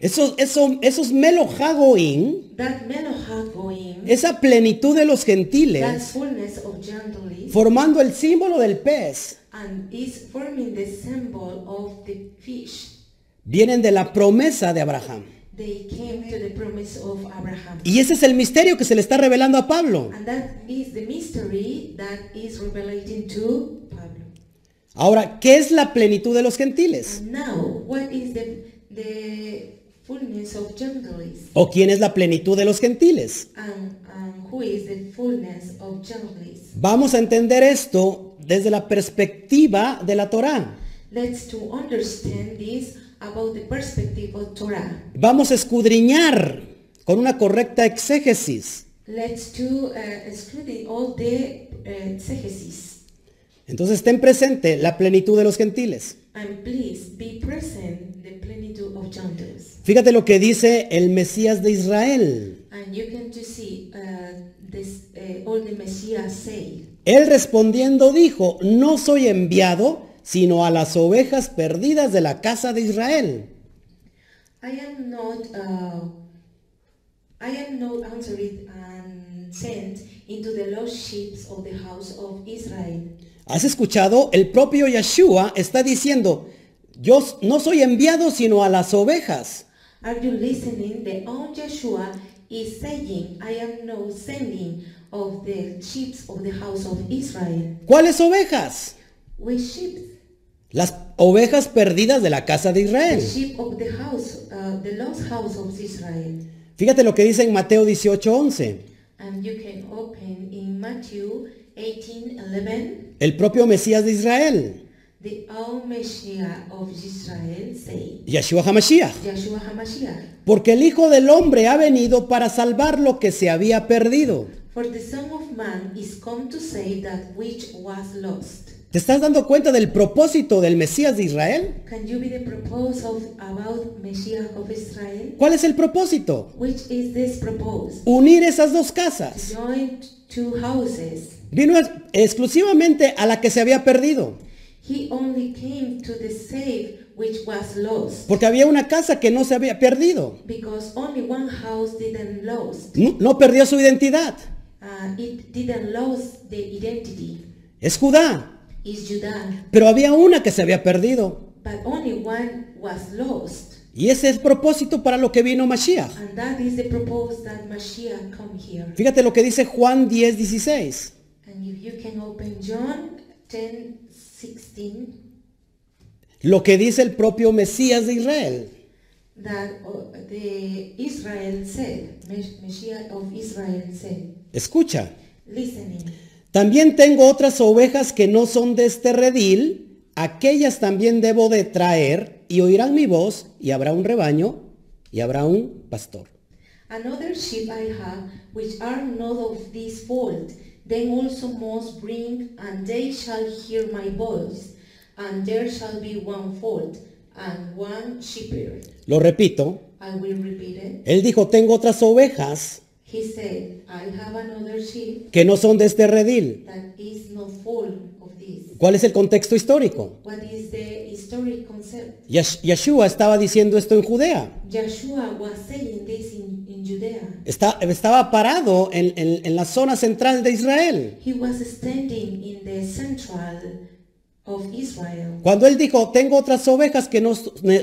Esos, eso, esos melojagoín,
That Melohagoim,
esa plenitud de los
that
gentiles,
fullness of gentleness,
formando el símbolo del pez,
and is forming the symbol of the fish.
vienen de la promesa de Abraham.
They came to the promise of Abraham.
Y ese es el misterio que se le está revelando a Pablo.
And that is the mystery that is revelating to Pablo.
Ahora, ¿qué es la plenitud de los gentiles?
And now, what is the, the fullness of gentleness?
¿O quién es la plenitud de los gentiles?
And, and who is the fullness of gentleness?
Vamos a entender esto desde la perspectiva de la Torá.
Let's to understand this about the perspective of Torah.
Vamos a escudriñar con una correcta exégesis.
Let's to uh, exclude all the uh, exegesis.
Entonces ten presente la plenitud de los gentiles.
And please be present the plenitude of gentleness.
Fíjate lo que dice el Mesías de Israel.
And you can to see uh, this uh, all the Messiah say.
Él respondiendo dijo, no soy enviado sino a las ovejas perdidas de la casa de Israel.
I am not uh, I am not answered and sent into the lost sheep of the house of Israel.
¿Has escuchado? El propio Yeshua está diciendo, yo s- no soy enviado sino a las ovejas.
Are you listening? The own Joshua is saying, I am no sending of the sheep of the house of Israel.
¿Cuáles ovejas?
We sheep,
Las ovejas perdidas de la casa de
the
Israel.
sheep of the house, uh, the lost house of Israel.
Fíjate lo que dice en Mateo 18:11.
And you can open in Matthew 18 11.
El propio Mesías de Israel,
The own Messiah of Israel say,
Yeshua HaMashiach.
Yeshua HaMashiach.
Porque el Hijo del Hombre ha venido para salvar lo que se había perdido.
For the Son of Man is come to save that which was lost.
¿Te estás dando cuenta del propósito del Mesías de Israel?
Can you be the purpose of about Messiah of Israel?
¿Cuál es el propósito?
Which is this purpose?
Unir esas dos casas.
Join two houses.
Vino ex- exclusivamente a la que se había perdido,
He only came to the save which was lost,
porque había una casa que no se había perdido.
because only one house didn't lost.
No, no perdió su identidad.
Uh, it didn't lost the identity.
Es Judá,
Is Judah,
pero había una que se había perdido.
but only one was lost,
Y ese es el propósito para lo que vino Mashiach.
and that is the purpose that Mashiach come here.
Fíjate lo que dice Juan 10, 16.
And if you can open John 10, 16.
Lo que dice el propio Mesías de Israel.
that uh, the Israel said, Mes- Messiah of Israel said,
Escucha.
listening,
También tengo otras ovejas que no son de este redil, aquellas también debo de traer, y oirán mi voz, y habrá un rebaño, y habrá un pastor.
another sheep I have, which are not of this fold, then also must bring, and they shall hear my voice, and there shall be one fold, and one shepherd.
Lo repito,
I will repeat it.
él dijo, tengo otras ovejas
He said, I have another sheep
que no son de este redil.
that is not fold of this.
¿Cuál es el contexto histórico?
What is the historic concept?
Yesh- Yeshua estaba diciendo esto en Judea.
Joshua was saying this in, in Judea.
Está- estaba parado en, en- en la zona central de Israel.
He was standing in the central of Israel
Cuando él dijo, tengo otras ovejas que no,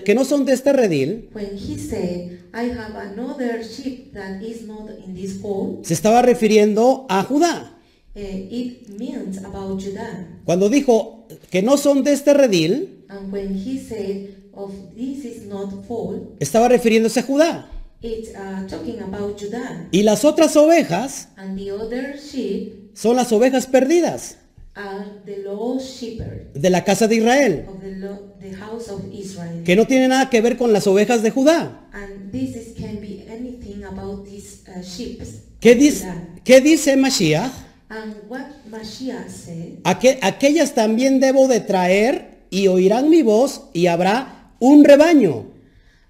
que no son de este redil,
when he said, I have another sheep that is not in this fold.
se estaba refiriendo a Judá.
Eh, it means about Judah.
Cuando dijo que no son de este redil,
And when he said, of this is not fold,
estaba refiriéndose a Judá.
it's uh, talking about Judah.
Y las otras ovejas
And the other sheep
son las ovejas perdidas
are the lost shepherd
de la casa de Israel,
of the, lo- the house of Israel.
que no tiene nada que ver con las ovejas de Judá.
And this is, can be anything about these uh, sheep.
¿Qué,
of
dice
Judah.
¿Qué dice Mashiach?
And what Mashiach said
Aque- aquellas también debo de traer y oirán mi voz y habrá un rebaño.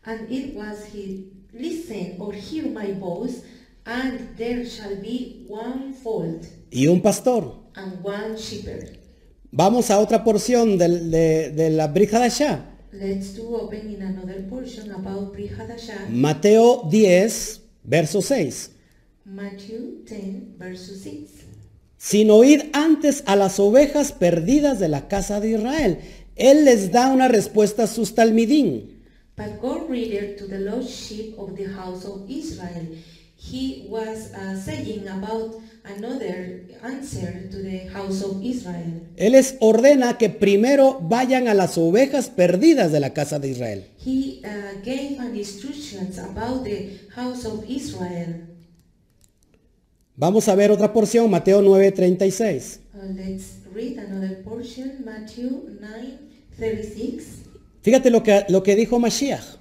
And it was he, listen or hear my voice, and there shall be one fold
Y un pastor.
and one shepherd.
Vamos a otra porción del- de, de la Brihadashá.
Let's do open in another portion about Brihadashah,
Mateo 10, verso 6.
Matthew 10, verse 6.
sin oír antes a las ovejas perdidas de la casa de Israel. Él les da una respuesta a sus talmidín.
But God reader to the lost sheep of the house of Israel. He was uh, saying about another answer to the house of Israel.
Él les ordena que primero vayan a las ovejas perdidas de la casa de Israel.
He uh, gave an instructions about the house of Israel.
Vamos a ver otra porción, Mateo 9:36.
Uh, let's read another portion, Matthew 9 36.
Fíjate lo que, lo que dijo Mashiach.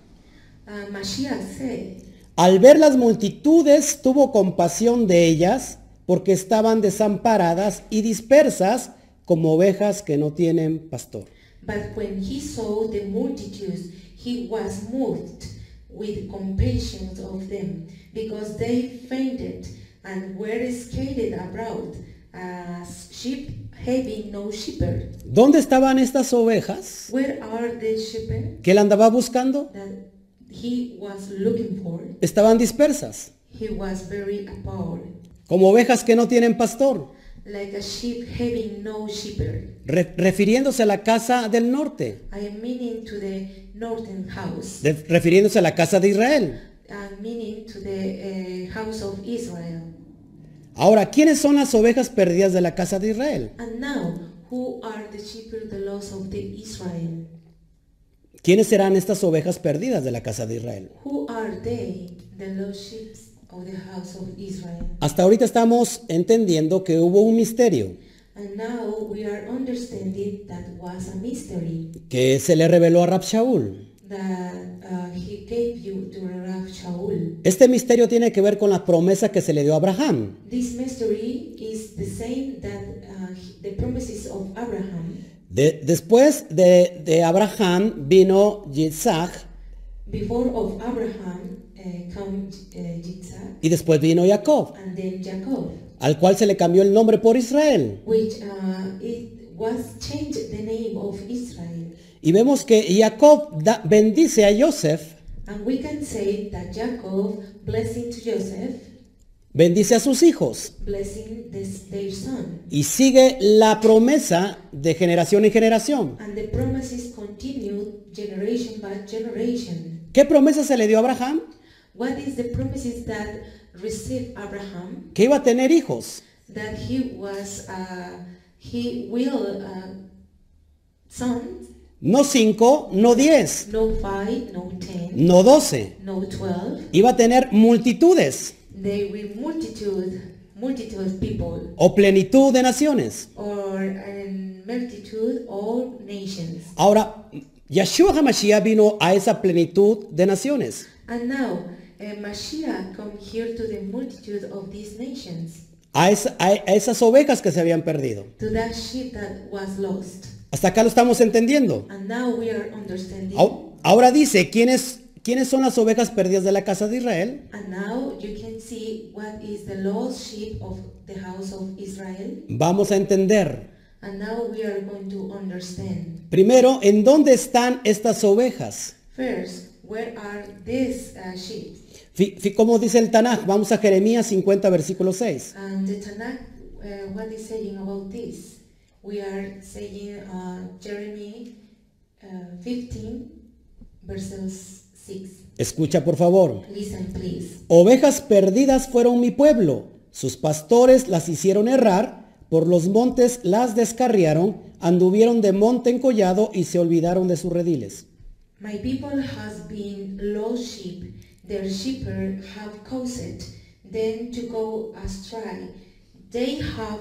Uh, Mashiach said,
Al ver las multitudes, tuvo compasión de ellas, porque estaban desamparadas y dispersas como ovejas que no tienen pastor.
But when he saw the multitudes, he was moved with compassion of them, because they fainted and were scattered abroad as sheep having no shepherd.
¿Dónde estaban estas ovejas
Where are the shepherd
que él andaba buscando?
that he was looking for?
estaban dispersas,
He was very appalled,
como ovejas que no tienen pastor,
like a sheep having no shepherd.
re- refiriéndose a la casa del norte,
I am meaning to the northern house.
de- refiriéndose a la casa de Israel.
I'm meaning to the uh, house of Israel.
Ahora, ¿quiénes son las ovejas perdidas de la casa de Israel?
And now, who are the shepherd, the lost of the Israel?
¿Quiénes serán estas ovejas perdidas de la casa de Israel?
Who are they, the lost sheep of the house of Israel?
Hasta ahorita estamos entendiendo que hubo un misterio
And now we are understanding that was a mystery
que se le reveló a Rab Shaul.
that uh, he gave you to Rav Shaul.
Este misterio tiene que ver con la promesa que se le dio a Abraham.
This mystery is the same that uh, he- the promises of Abraham.
De- después de, de Abraham vino Isaac
Before of Abraham uh, come uh, Yitzhak
y después vino Jacob,
and then Jacob,
al cual se le cambió el nombre por Israel.
which uh, it was changed the name of Israel.
Y vemos que Jacob da- bendice a Joseph,
And we can say that Jacob blessing to Joseph,
bendice a sus hijos
blessing this, their son.
y sigue la promesa de generación en generación.
And the promises continued generation by generation.
¿Qué promesa se le dio a Abraham?
What is the promises that received Abraham?
Que iba a tener hijos.
That he was, uh, he will uh, sons,
No cinco, no diez,
no five, no ten,
no doce.
no twelve.
Iba a tener multitudes
They will multitude, multitude of people,
o plenitud de naciones.
or and multitude all nations.
Ahora, Yeshua HaMashiach vino a esa plenitud de naciones.
And now, uh, Mashiach come here to the multitude of these nations,
A, esa- a- a esas ovejas que se habían perdido.
to that sheep that was lost.
Hasta acá lo estamos entendiendo.
And now we are understanding.
Au- Ahora dice, ¿quiénes, ¿quiénes son las ovejas perdidas de la casa de Israel?
And now you can see what is the lost sheep of the house of Israel.
Vamos a entender.
And now we are going to understand.
Primero, ¿en dónde están estas ovejas?
First, where are these uh, sheep?
Fi- fi- Como dice el Tanaj, vamos a Jeremías 50, versículo 6.
And the Tanakh, uh, what is saying about this? We are saying uh, Jeremy uh, 15, verses 6.
Escucha, por favor.
Listen, please.
Ovejas perdidas fueron mi pueblo. Sus pastores las hicieron errar, por los montes las descarriaron, anduvieron de monte en collado y se olvidaron de sus rediles.
My people has been lost sheep. Their shepherd have caused them to go astray. They have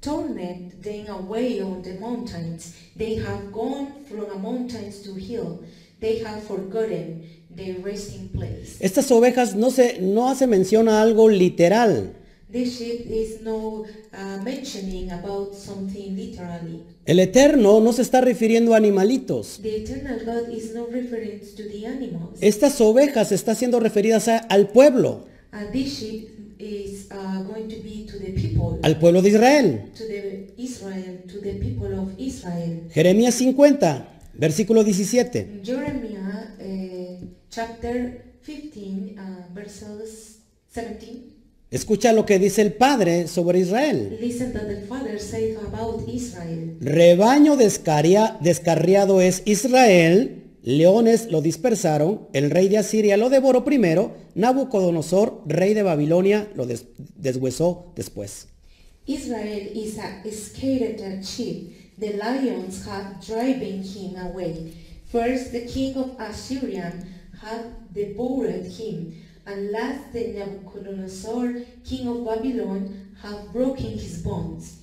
turned them away on the mountains. They have gone from a mountains to hill. They have forgotten their resting place.
Estas ovejas no se no hace mención a algo literal.
This sheep is no uh, mentioning about something literally.
El Eterno no se está refiriendo a animalitos.
The eternal God is no reference to the animals.
Estas ovejas están siendo referidas a- al pueblo,
And Uh, this sheep is uh, going to be to the people.
al pueblo de Israel.
to the Israel, to the people of Israel.
Jeremías 50, versículo 17.
In Jeremiah eh, chapter 15, uh, verses 17,
Escucha lo que dice el Padre sobre Israel.
listen that the Father said about Israel.
Rebaño descaria- descarriado es Israel, leones lo dispersaron, el rey de Asiria lo devoró primero, Nabucodonosor, rey de Babilonia, lo des- deshuesó después.
Israel is a scattered sheep. The lions have driven him away. First, the king of Assyria had devoured him, and last, the Nebuchadnezzar, king of Babylon, have broken his bones.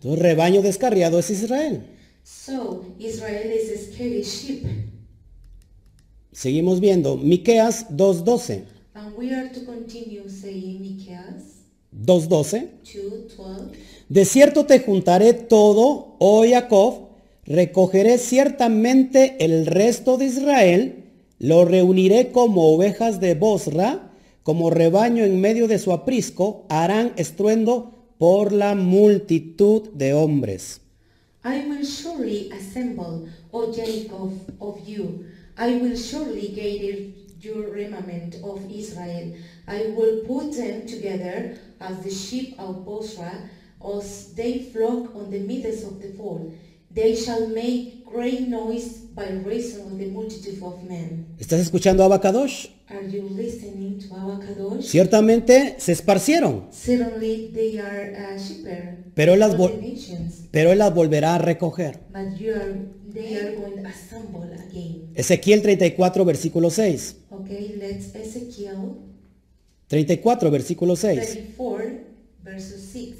Entonces, rebaño descarriado es Israel.
So Israel is a scary sheep,
Seguimos viendo, Miqueas 2.12.
and we are to continue saying Miqueas
2.12.
2:12.
De cierto te juntaré todo, oh Jacob, recogeré ciertamente el resto de Israel, lo reuniré como ovejas de Bosra, como rebaño en medio de su aprisco, harán estruendo por la multitud de hombres.
I will surely assemble, O Jacob, of you. I will surely gather your remnant of Israel. I will put them together as the sheep of Bosra, as they flock on the midst of the fold. They shall make great noise by reason of the multitude of men.
¿Estás escuchando a Abacadosh?
Are you listening to our Kadosh?
Ciertamente se esparcieron,
Certainly they are uh, cheaper
Pero él las
for the
vol-
nations,
pero él las volverá a recoger.
but you are, they are going to assemble again.
Ezequiel 34, versículo 6.
Okay, let's Ezekiel
34, versículo 6.
34, verses 6.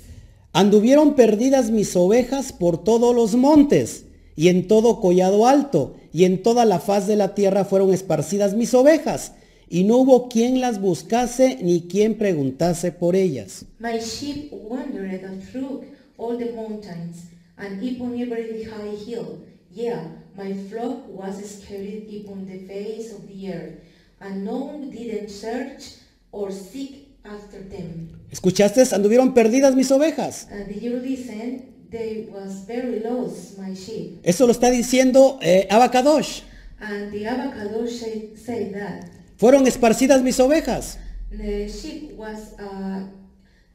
Anduvieron perdidas mis ovejas por todos los montes y en todo collado alto y en toda la faz de la tierra fueron esparcidas mis ovejas y no hubo quien las buscase ni quien preguntase por ellas.
My sheep wandered through all the mountains and upon every high hill. Yeah, my flock was scattered upon the face of the earth, and none didn't search or seek after them.
¿Escuchaste? Anduvieron perdidas mis ovejas.
And did you listen? They was very lost, my sheep.
Eso lo está diciendo eh, Abacadosh.
And the avocado said, said that
Fueron esparcidas mis ovejas.
the sheep was uh,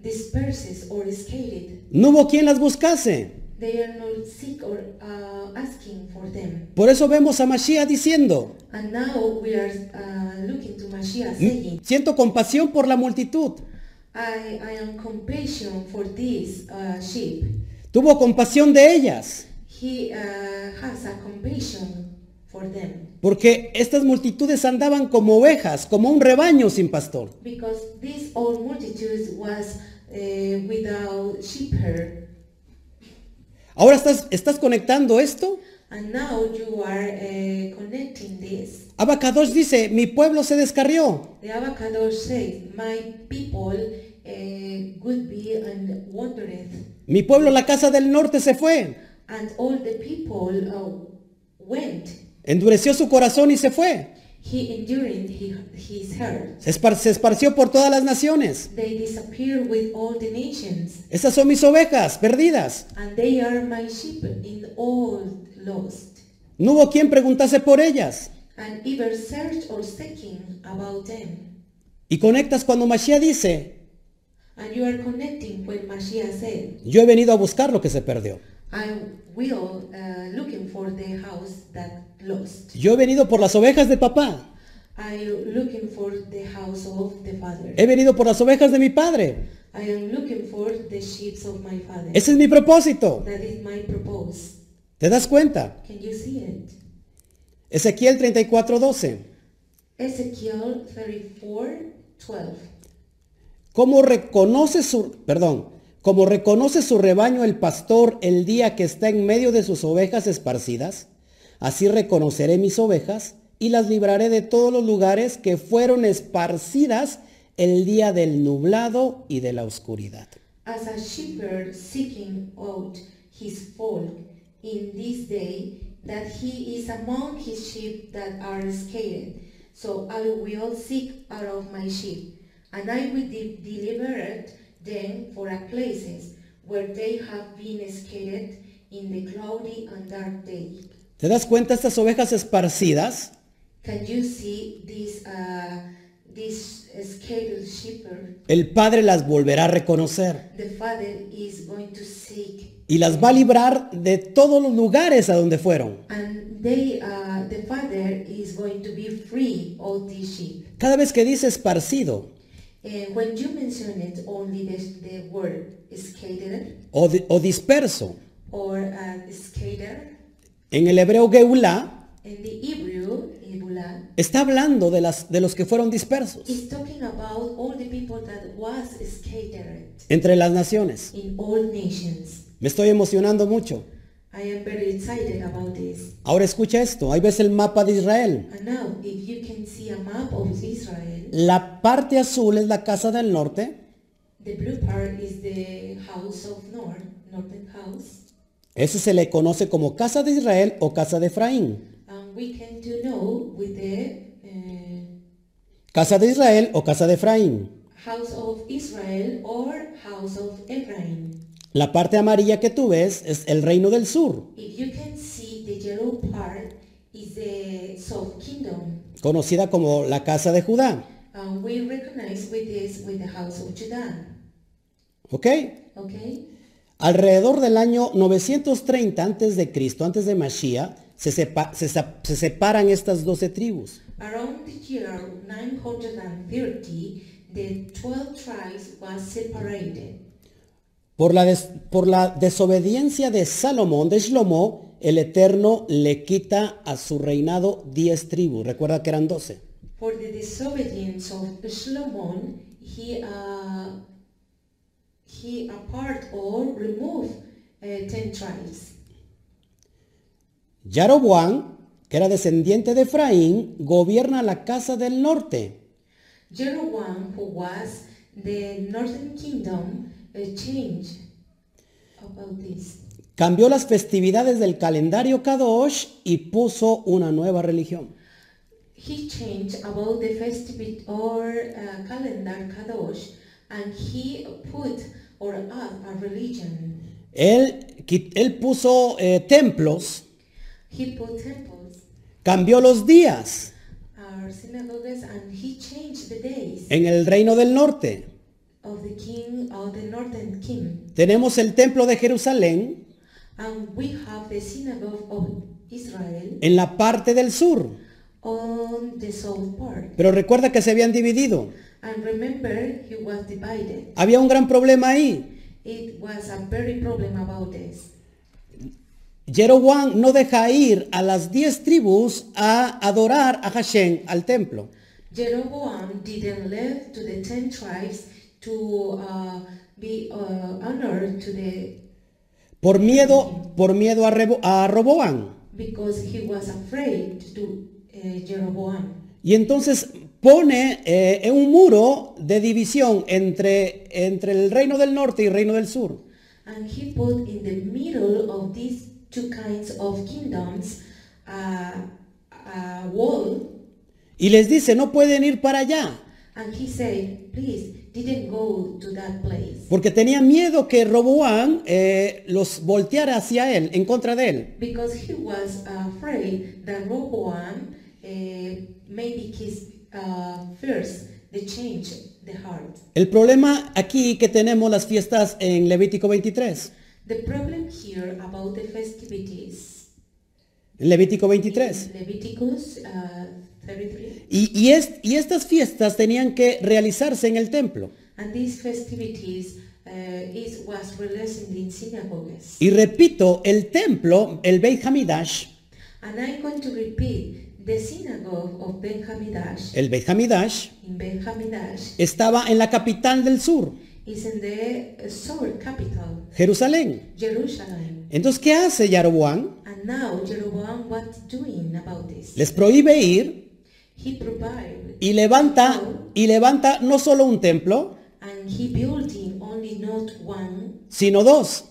dispersed or scattered.
No hubo quien las buscase.
They are not seek or uh, asking for them.
Por eso vemos a Mashiach diciendo,
And now we are uh, looking to Mashiach
Hmm?
saying,
"Mm, siento compasión por la multitud.
I, I am compassion for these uh, sheep.
Tuvo compasión de ellas,
He uh, has a compassion for them
porque estas multitudes andaban como ovejas, como un rebaño sin pastor.
because this old multitude was uh, without shepherd.
Ahora estás, estás conectando esto.
And now you are uh, connecting this.
Abacadosh dice, mi pueblo se descarrió.
The avocado said, my people uh, would be and wandereth,
Mi pueblo, la casa del norte, se fue.
and all the people uh, went
Endureció su corazón y se fue.
He endured he- his hurt.
Se, espar- se esparció por todas las naciones.
They disappear with all the nations,
Esas son mis ovejas perdidas.
and they are my sheep in all lost.
No hubo quien preguntase por ellas.
And either search or seeking about them.
Y conectas cuando Mashiach dice,
And you are connecting when Mashiach said,
yo he venido a buscar lo que se perdió.
I will uh, looking for the house that lost.
Yo he venido por las ovejas de papá.
I am looking for the house of the father.
He venido por las ovejas de mi padre.
I am looking for the sheep of my father.
Ese es mi propósito.
That is my purpose.
¿Te das cuenta?
Can you see it?
Ezequiel 34:12.
Ezekiel 34, 12.
¿Cómo reconoce su, perdón, cómo reconoce su rebaño el pastor el día que está en medio de sus ovejas esparcidas? Así reconoceré mis ovejas y las libraré de todos los lugares que fueron esparcidas el día del nublado y de la oscuridad.
As a shepherd seeking out his folk in this day, that he is among his sheep that are scattered. So I will seek out of my sheep, and I will de- deliver them for a places where they have been scattered in the cloudy and dark day.
¿Te das cuenta estas ovejas esparcidas?
Can you see this, uh, this scattered shepherd?
El Padre las volverá a reconocer
The Father is going to seek,
y las va a librar de todos los lugares a donde fueron.
and they, uh, the Father is going to be free of these sheep.
Cada vez que dice esparcido
And when you mention it, only the, the word scattered
o, di- o disperso,
or uh, scatter,
en el hebreo Geulah,
in the Hebrew, Ibula,
está hablando de, las, de los que fueron dispersos
is talking about all the people that was scattered
entre las naciones.
in all nations.
Me estoy emocionando mucho.
I am very excited about this.
Ahora escucha esto, ahí ves el mapa de Israel.
And now, if you can see a map of Israel,
La parte azul es la casa del norte,
the blue part is the house of North, northern house.
ese se le conoce como casa de Israel o casa de Efraín.
And Um, we can do know with the uh,
Casa de Israel o casa de Efraín.
house of Israel or house of Ephraim.
La parte amarilla que tú ves es el reino del sur,
If you can see the yellow part is the south kingdom.
conocida como la casa de Judá.
And we recognize with this with the house of Judah.
¿Ok?
Okay?
Alrededor del año 930 antes de Cristo, antes de Mashiach, se, sepa- se sa- se separan estas 12 tribus.
Around the year 930, the 12 tribes was separated.
Por la, des- por la desobediencia de Salomón, de Shlomo, el Eterno le quita a su reinado 10 tribus. Recuerda que eran 12.
For the disobedience of Solomon, he uh, he apart or removed uh, ten tribes.
Yaroboam, que era descendiente de Efraín, gobierna la casa del norte.
Jeroboam, who was the northern kingdom, uh, changed about this.
Cambió las festividades del calendario Kadosh y puso una nueva religión.
He changed about the festive or uh, calendar Kadosh and he put or up a religion.
Él, qui- él puso eh, templos,
He put temples
cambió los días
or synagogues and he changed the days
en el reino del norte.
of the king of the northern king.
Tenemos el templo de Jerusalén
And we have the synagogue of Israel
en la parte del sur.
on the south part.
Pero recuerda que se habían dividido.
And remember, he was divided.
Había un gran problema ahí.
It was a very problem about this.
Jeroboam no deja ir a las diez tribus a adorar a Hashem al templo.
Jeroboam didn't leave to the ten tribes to uh, be uh, honored to the
Por miedo, por miedo a, Rebo- a Roboam.
because he was afraid to uh, Jeroboam.
Y entonces pone eh, un muro de división entre, entre el reino del norte y el reino del sur.
And he put in the middle of these two kinds of kingdoms uh, a wall
Y les dice, no pueden ir para allá.
And he said, please, didn't go to that place.
Porque tenía miedo que Roboam eh, los volteara hacia él, en contra de él.
Because he was afraid that Roboam uh, maybe his uh, fears, they change the heart.
El problema aquí que tenemos las fiestas en Levítico 23.
The problem here about the festivities
En Levítico 23.
in Leviticus uh, 33,
Y, y es- y estas fiestas tenían que realizarse en el templo.
and these festivities uh, is was released in synagogues.
Y repito, el templo, el Beit Hamidash,
And I'm going to repeat the synagogue of Ben Hamidash
el Beit Hamidash,
in Ben Hamidash
estaba en la capital del sur,
is in the uh, Seoul capital,
Jerusalén.
Jerusalem.
Entonces, ¿qué hace Jeroboam?
And now Jeroboam what's doing about this?
Les prohíbe ir
He provided
y levanta, y levanta no solo un templo,
and he building only not one,
sino dos.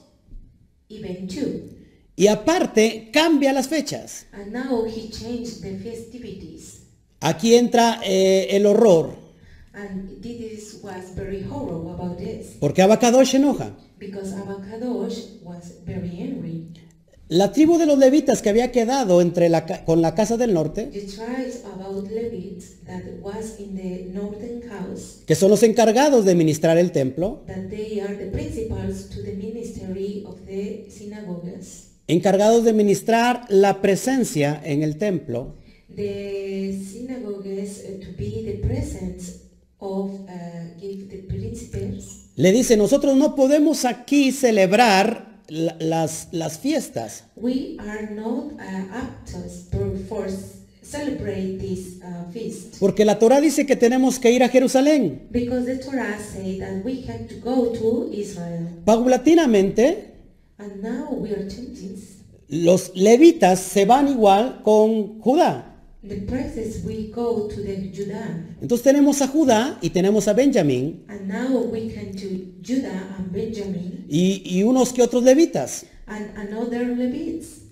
even two.
Y aparte, cambia las fechas.
And now he changed the festivities.
Aquí entra eh, el horror,
And this was very horrible about this
porque Abacadosh se enoja.
because Abacadosh was very angry.
La tribu de los levitas que había quedado entre la ca- con la casa del norte,
The tribes about Levites that was in the northern house,
que son los encargados de ministrar el templo,
that they are the principals to the ministry of the synagogues.
encargados de ministrar la presencia en el templo,
The synagogues uh, to be the presence of uh, give the principles.
le dice, nosotros no podemos aquí celebrar la- las, las fiestas,
We are not uh, apt to- for celebrate this uh, feast
porque la Torah dice que tenemos que ir a Jerusalén.
because the Torah say that we have to go to Israel,
Paulatinamente,
and now we are changing.
los levitas se van igual con Judá.
The prices we go to the Judah,
Entonces tenemos a Judá y tenemos a Benjamín
and now we can to Judah and Benjamin
y, y unos que otros levitas.
and another Levites,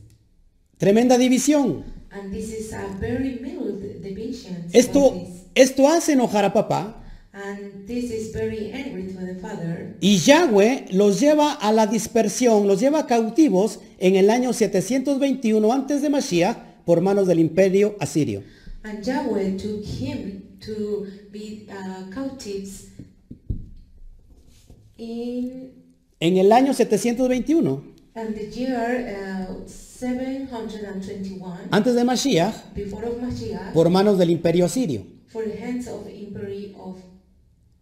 Tremenda división.
and this is a very mild division.
Esto,
of this.
esto hace enojar a papá
And this is very angry to the father.
y Yahweh los lleva a la dispersión, los lleva cautivos en el año 721 antes de Mashiach por manos del imperio asirio.
And Yahweh took him to be uh, captives in,
En el año 721
and the year uh, 721
antes de Mashiach
before of Mashiach
por manos del imperio asirio.
for the hands of the emperor of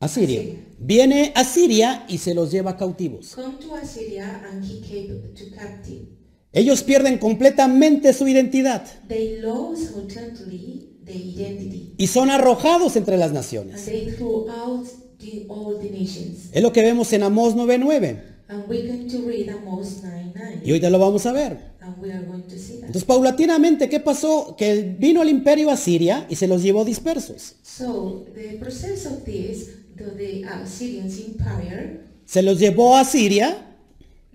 Asirio.
Asiria.
Viene Asiria y se los lleva cautivos.
come to Assyria and he came to captive.
Ellos pierden completamente su identidad
They lost totally the identity
y son arrojados entre las
and
naciones.
they threw out the, all the nations.
Es lo que vemos en Amós 9.9
And we're going to read Amos 9.9.
y ahorita lo vamos a ver.
And we are going to see that.
Entonces, paulatinamente, ¿qué pasó? Que vino el imperio asiria y se los llevó dispersos.
So the process of this, though the Assyrians Empire,
Se los llevó a Siria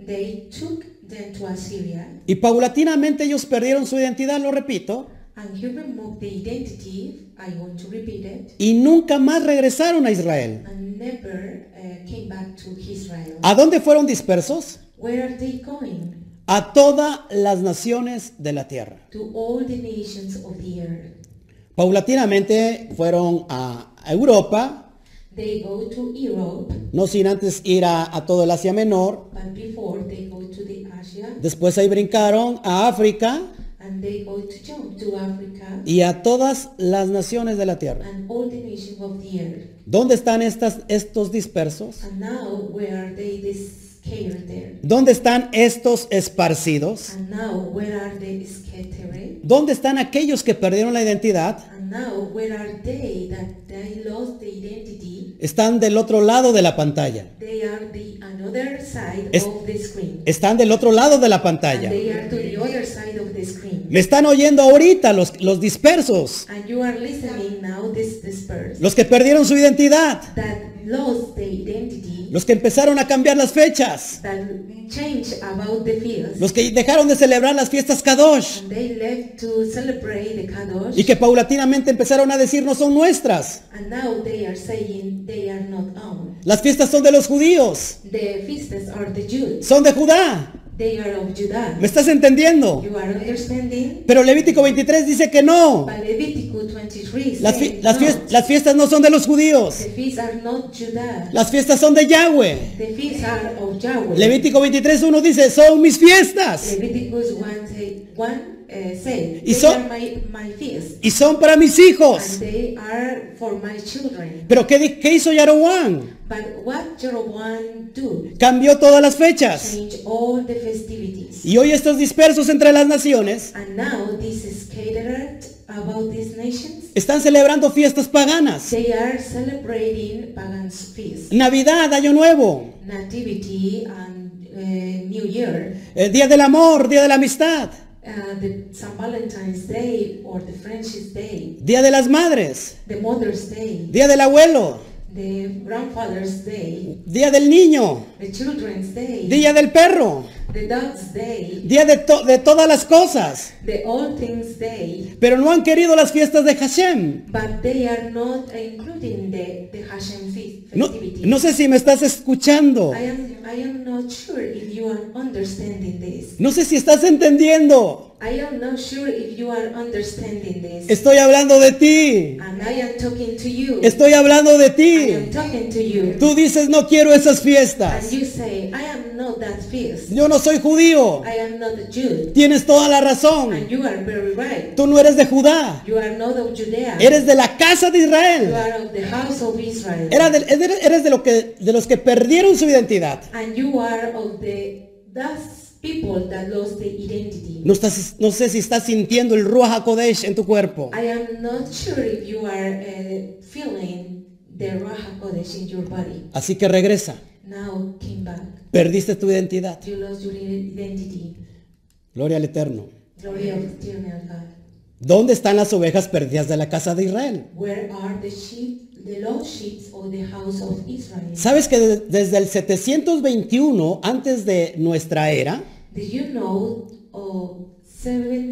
they took then to Assyria,
Y paulatinamente ellos perdieron su identidad, lo repito,
and he removed the identity, I want to repeat it,
y nunca más regresaron a Israel.
and never uh, came back to Israel.
¿A dónde fueron dispersos?
Where are they going?
A todas las naciones de la tierra.
To all the nations of the earth.
Paulatinamente fueron a a Europa,
They go to Europe,
no sin antes ir a, a todo el Asia Menor.
but before they go to the Asia,
Después ahí brincaron a África
and they go to jump to Africa,
y a todas las naciones de la tierra.
and all the nations of the earth.
¿Dónde están estas, estos dispersos?
And now where are they this scattered there?
¿Dónde están estos esparcidos?
And now where are they scattered?
¿Dónde están aquellos que perdieron la identidad?
And now where are they that they lost the identity?
Están del otro lado de la pantalla.
They are the another side
Es-
of the screen.
Están del otro lado de la
And
pantalla.
they are to the other side of the screen.
Me están oyendo ahorita los, los dispersos,
And you are listening now this dispersed
los que perdieron su identidad,
that lost the identity
los que empezaron a cambiar las fechas,
that changed about the fields.
los que dejaron de celebrar las fiestas Kadosh
And they left to celebrate the Kadosh.
y que paulatinamente empezaron a decir no son nuestras.
And now they are saying they are not own.
Las fiestas son de los judíos,
The feasts are the Jews.
son de Judá.
They are of Judah.
¿Me estás entendiendo?
You are understanding?
Pero Levítico 23 dice que no.
But Leviticus 23
Las, fi-
says,
las
no,
fies- las fiestas no son de los judíos.
the feasts are not Judah.
Las fiestas son de Yahweh.
The feasts are of Yahweh.
Levítico 23, uno dice, son mis fiestas.
Leviticus 1, say, 1 eh, says,
Y
they
so-
are my, my feasts.
Y son para mis
And
hijos.
they are for my children.
Pero ¿qué, di- qué hizo Yaroboam?
But what Jeroboam do?
Cambió todas las fechas.
Change all the festivities.
Y hoy estos dispersos entre las naciones
And now this is catered about these nations.
están celebrando fiestas paganas.
They are celebrating Pagan's feast,
Navidad, Año Nuevo,
Nativity and uh, New Year,
el eh, Día del Amor, Día de la Amistad,
uh, the St. Valentine's Day or the Friendship Day,
Día de las Madres,
the Mother's Day,
Día del Abuelo,
the Grandfather's Day,
Día del Niño,
the Children's Day,
Día del Perro,
the Dog's Day,
Día de, to- de todas las cosas.
the All Things Day,
Pero no han querido las fiestas de Hashem.
but they are not including the, the Hashem feast
No,
festivity.
no sé si me estás escuchando.
I am I am not sure if you are understanding this.
No sé si estás entendiendo.
I am not sure if you are understanding this.
Estoy hablando de ti.
And I am talking to you.
Estoy hablando de
I
ti.
am talking to you.
Tú dices no quiero esas
And
fiestas.
you say, I am not that fierce.
Yo no soy judío.
I am not a Jew.
Tienes toda la razón.
And you are very right.
Tú no eres de Judá.
You are not of Judea.
Eres de la casa de
You
Israel.
are of the house of Israel.
Era del- eres eres de, lo que, de los que perdieron su identidad.
And you are of the those people that lost the identity.
No, estás- no sé si estás sintiendo el Ruach HaKodesh en tu cuerpo.
I am not sure if you are uh, feeling the Raha Kodesh in your body.
Así que regresa.
Now came back.
Perdiste tu identidad.
You lost your identity.
Gloria al Eterno.
Glory of eternal God.
¿Dónde están las ovejas perdidas de la casa de Israel?
Where are the sheep, the lost sheep of the house of Israel?
¿Sabes que de- desde el 721 antes de nuestra era,
Did you know of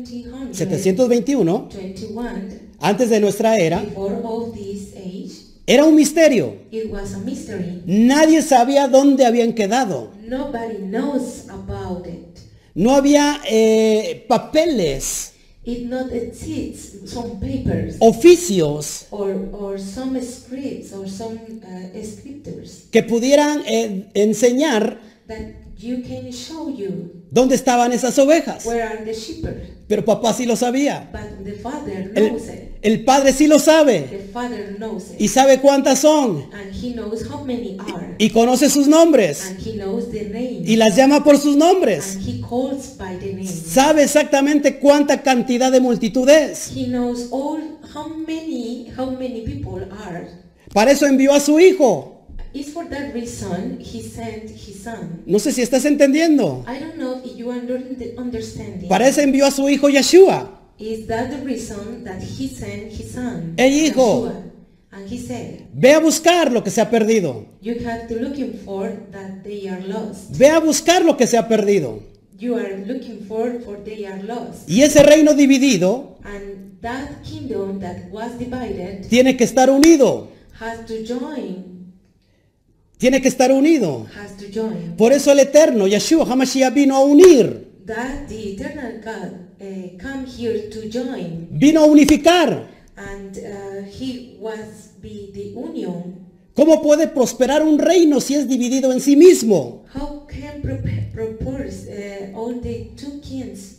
1721
721 antes de nuestra era,
before of this age?
era un misterio.
It was a mystery.
Nadie sabía dónde habían quedado.
Nobody knows about it.
No había eh, papeles,
It not exists some papers
oficios
or, or some scripts or some uh, scriptures
que pudieran eh, enseñar
that you can show you
dónde estaban esas ovejas.
where are the shepherd.
Pero papá sí lo sabía.
But the father
El,
knows it.
el padre sí lo sabe.
The father knows it.
Y sabe cuántas son.
and he knows how many are,
Y conoce sus nombres.
and he knows the name,
Y las llama por sus nombres.
and he calls by the name.
sabe exactamente cuánta cantidad de multitud es.
He knows all how many how many people are.
Para eso envió a su hijo.
It's for that reason he sent his son.
No sé si estás entendiendo.
I don't know if you are under- understanding.
Para eso envió a su hijo Yeshua.
Is that the reason that he sent his son?
El hijo.
Yeshua? And he said,
Ve a buscar lo que se ha perdido.
"You have to look him for that they are lost.
Ve a buscar lo que se ha perdido.
you are looking for, for they are lost.
Y ese reino dividido
And that kingdom that was divided
tiene que estar unido,
has to join,
tiene que estar unido.
has to join.
Por eso el eterno Yeshua Hamashiach vino a unir,
That the eternal God uh, come here to join,
vino a unificar.
and uh, he was be the union.
¿Cómo puede prosperar un reino si es dividido en sí mismo?
How can prop- propose uh, all the two kings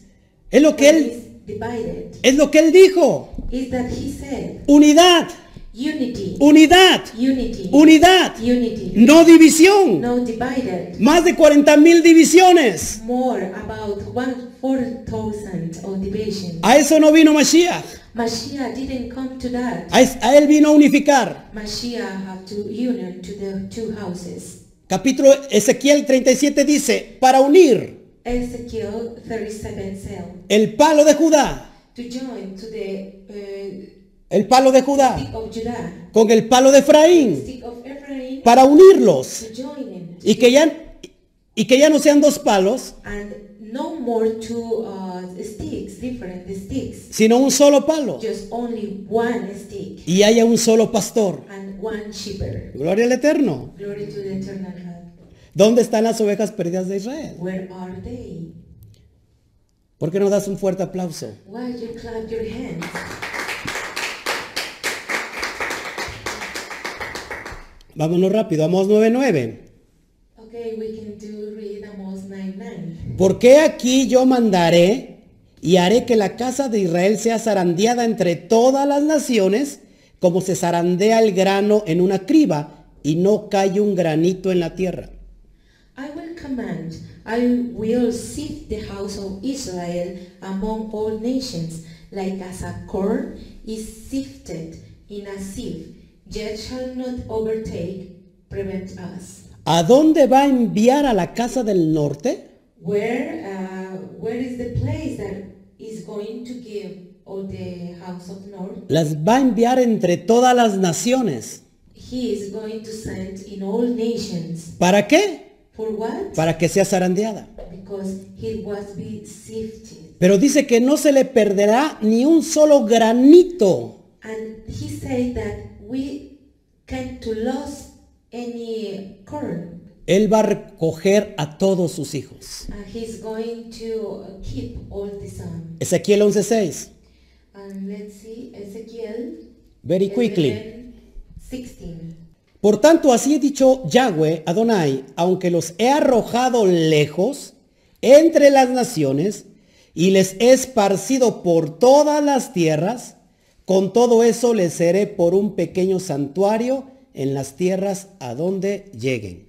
Es lo que
when
él
is divided?
es lo que él dijo.
Is that he said
Unidad,
unity,
unidad,
unity,
unidad,
unity,
no división.
no divided.
Más de 40 mil divisiones.
More about one four thousand of division.
A eso no vino Mashiach.
Mashiach didn't come to that.
A, es- a él vino a unificar.
Mashiach have to union to the two houses.
Capítulo Ezequiel 37 dice, para unir
Ezekiel 37 cell
el palo de Judá,
to join to the
el palo de
uh,
Judá,
stick of Judah,
con el palo de Efraín,
stick of Ephraim,
para unirlos
to join him.
y que ya, y que ya no sean dos palos,
and no more two uh, sticks, different sticks,
sino un solo palo
just only one stick
y haya un solo pastor.
and one shepherd.
Gloria al Eterno.
Glory to the eternal God.
¿Dónde están las ovejas perdidas de Israel?
Where are they?
¿Por qué no das un fuerte aplauso?
Why you clap your hands?
Vámonos rápido, Amós 9.9.
Okay, we can do read Amos 9 9.
Porque aquí yo mandaré y haré que la casa de Israel sea zarandeada entre todas las naciones, como se zarandea el grano en una criba y no cae un granito en la tierra.
I will command, I will sift the house of Israel among all nations, like as a corn is sifted in a sieve, yet shall not overtake, prevent us.
¿A dónde va a enviar a la casa del norte?
Where, uh, where is the place that is going to give all the house of north?
Las va a enviar entre todas las naciones.
He is going to send in all nations.
¿Para qué?
For what?
Para que sea zarandeada.
Because he was be sifted.
Pero dice que no se le perderá ni un solo granito.
And he said that we can to lose any corn,
Él va a recoger a todos sus hijos.
and he's going to keep all the sun.
Ezequiel 11:6.
And let's see, Ezekiel
Very quickly.
11, 16.
Por tanto, así he dicho Yahweh Adonai, aunque los he arrojado lejos entre las naciones y les he esparcido por todas las tierras, con todo eso les seré por un pequeño santuario en las tierras a donde lleguen.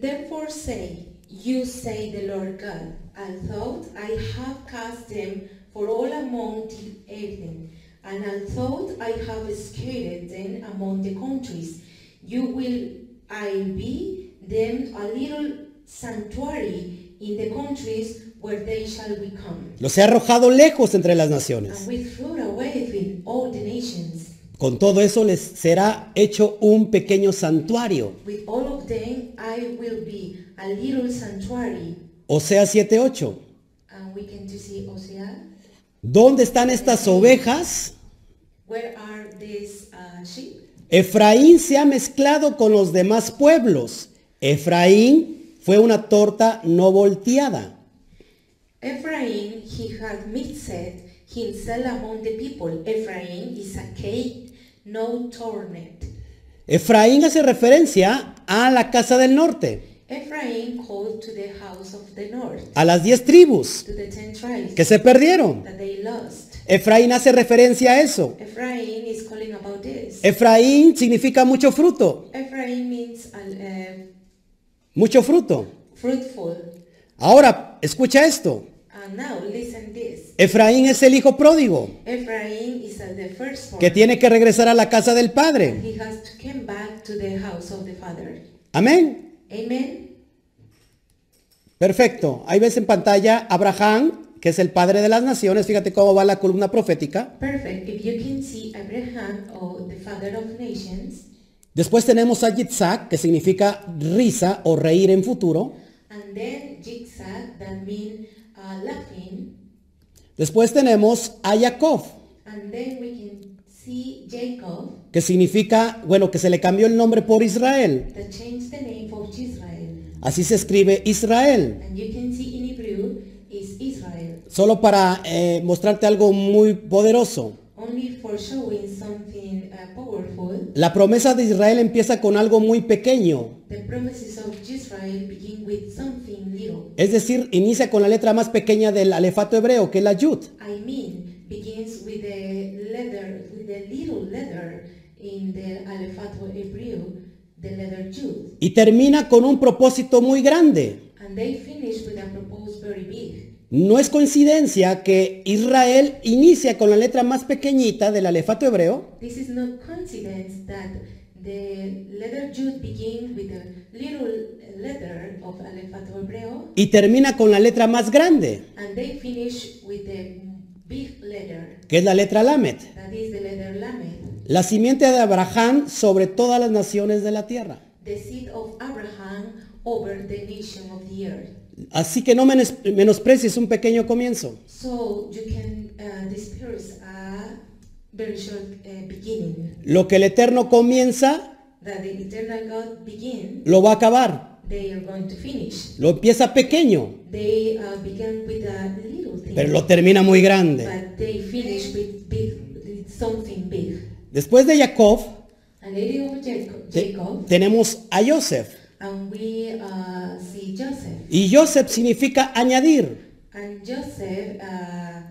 Therefore say, You say the Lord God, although I have cast them for all among the earth, and although I have scattered them among the countries, you will I be them a little sanctuary in the countries where they shall become,
Los he arrojado lejos entre las naciones.
and we threw away with all the nations.
Con todo eso les será hecho un pequeño santuario.
With all of them I will be a little sanctuary,
Osea 7:8.
and we can to see Hosea
¿Dónde están estas ovejas?
Where are these uh, sheep?
Efraín se ha mezclado con los demás pueblos. Efraín fue una torta no volteada.
Ephraim, he had mixed himself among the people. Ephraim is a cake, no tornet.
Efraín hace referencia a la casa del norte,
Ephraim called to the house of the north,
a las diez tribus
to the ten tribes
que se perdieron.
that they lost.
Efraín hace referencia a eso.
Ephraim is calling about this.
Efraín significa mucho fruto,
Ephraim means uh,
mucho fruto.
fruitful.
Ahora, escucha esto.
And now listen this.
Efraín es el hijo pródigo
Ephraim is uh, the first
que
one.
tiene que regresar a la casa del padre.
He has to come back to the house of the father.
Amén.
Amen.
Perfecto. Ahí ves en pantalla Abraham, que es el padre de las naciones. Fíjate cómo va la columna profética.
Perfect. If you can see Abraham or the father of nations,
Después tenemos a Yitzhak, que significa risa o reír en futuro.
and then Jigsaw, that that mean uh, laughing.
Después tenemos a Jacob,
And then we can see Jacob
que significa, bueno, que se le cambió el nombre por Israel.
that changed the name for Israel.
Así se escribe Israel.
And you can see in Hebrew is Israel,
Solo para eh, mostrarte algo muy poderoso.
only for showing something uh, powerful.
La promesa de Israel empieza con algo muy pequeño.
The promises of Israel begin with something little.
Es decir, inicia con la letra más pequeña del alefato hebreo, que es la yud.
I mean, begins with a letter, with a little letter in the alphabet Hebrew, the letter Jud,
Y termina con un propósito muy grande.
and they finish with a propose very big.
No es coincidencia que Israel inicia con la letra más pequeñita del alefato hebreo
This is not coincidence that the letter Jud begin with a little letter of alphabet Hebreo,
y termina con la letra más grande,
and they finish with a big letter,
que es la letra Lamet.
that is the letter Lamed,
La simiente de Abraham sobre todas las naciones de la tierra.
the seed of Abraham over the nation of the earth.
Así que no menes- menosprecies un pequeño comienzo.
So you can uh, disperse a very short uh, beginning
Lo que el Eterno comienza,
that the eternal God begin.
lo va a acabar.
They are going to finish.
Lo empieza pequeño,
They uh, began with a little thing,
pero lo termina muy grande.
but they finish with big, with something big.
Después de Jacob,
A lady of Jacob,
te-
Jacob
tenemos a Joseph.
and we uh, see Joseph,
Y Joseph significa añadir,
and Joseph uh,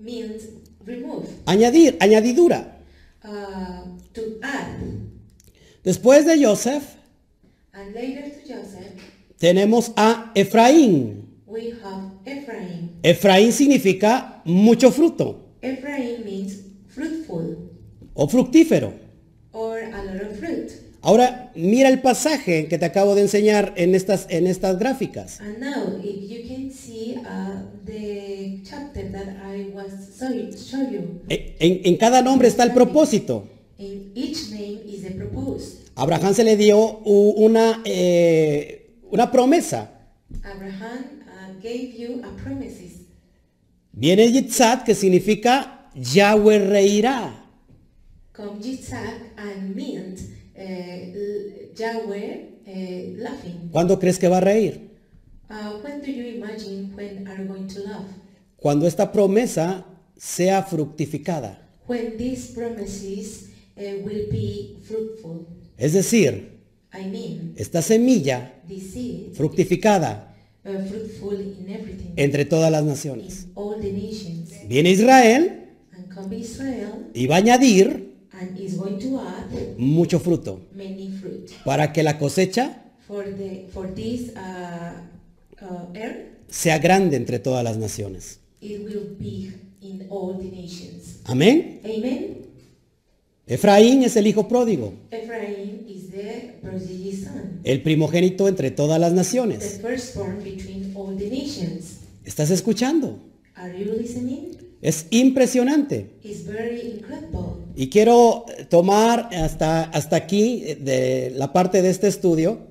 means remove,
añadir, añadidura.
uh, to add,
Después de Joseph,
and later to Joseph
tenemos a Efraín.
we have Ephraim.
Efraín significa mucho fruto
Ephraim means fruitful
o fructífero.
or a lot of fruit.
Ahora mira el pasaje que te acabo de enseñar en estas, en estas gráficas.
And now, if you can see uh, the chapter that I was show you, show you,
E- En, en cada nombre está el propósito.
in each name is a propose.
A Abraham se le dio u- una, eh, una promesa.
Abraham uh, gave you a promises.
Viene Yitzhak, que significa Yahweh reirá.
Come Yitzhak and meant uh, L- Yahweh uh, laughing.
¿Cuándo crees que va a reír?
Uh, when do you imagine when are going to laugh?
Cuando esta promesa sea fructificada.
When these promises uh, will be fruitful.
Es decir,
I mean,
esta semilla
this seed
fructificada
uh, fruitful in everything,
entre todas las naciones.
in all the nations,
Viene Israel
and come Israel,
y va a añadir
and is going to add
mucho fruto
many fruit
para que la cosecha
for the for this uh, uh, earth.
sea grande entre todas las naciones.
It will be in all the nations.
Amén.
Amen.
Efraín es el hijo pródigo.
Ephraim is the prodigy son,
el primogénito entre todas las
the
naciones.
firstborn between all the nations.
¿Estás escuchando?
Are you listening?
Es impresionante.
It's very incredible.
Y quiero tomar hasta, hasta aquí eh, de la parte de este estudio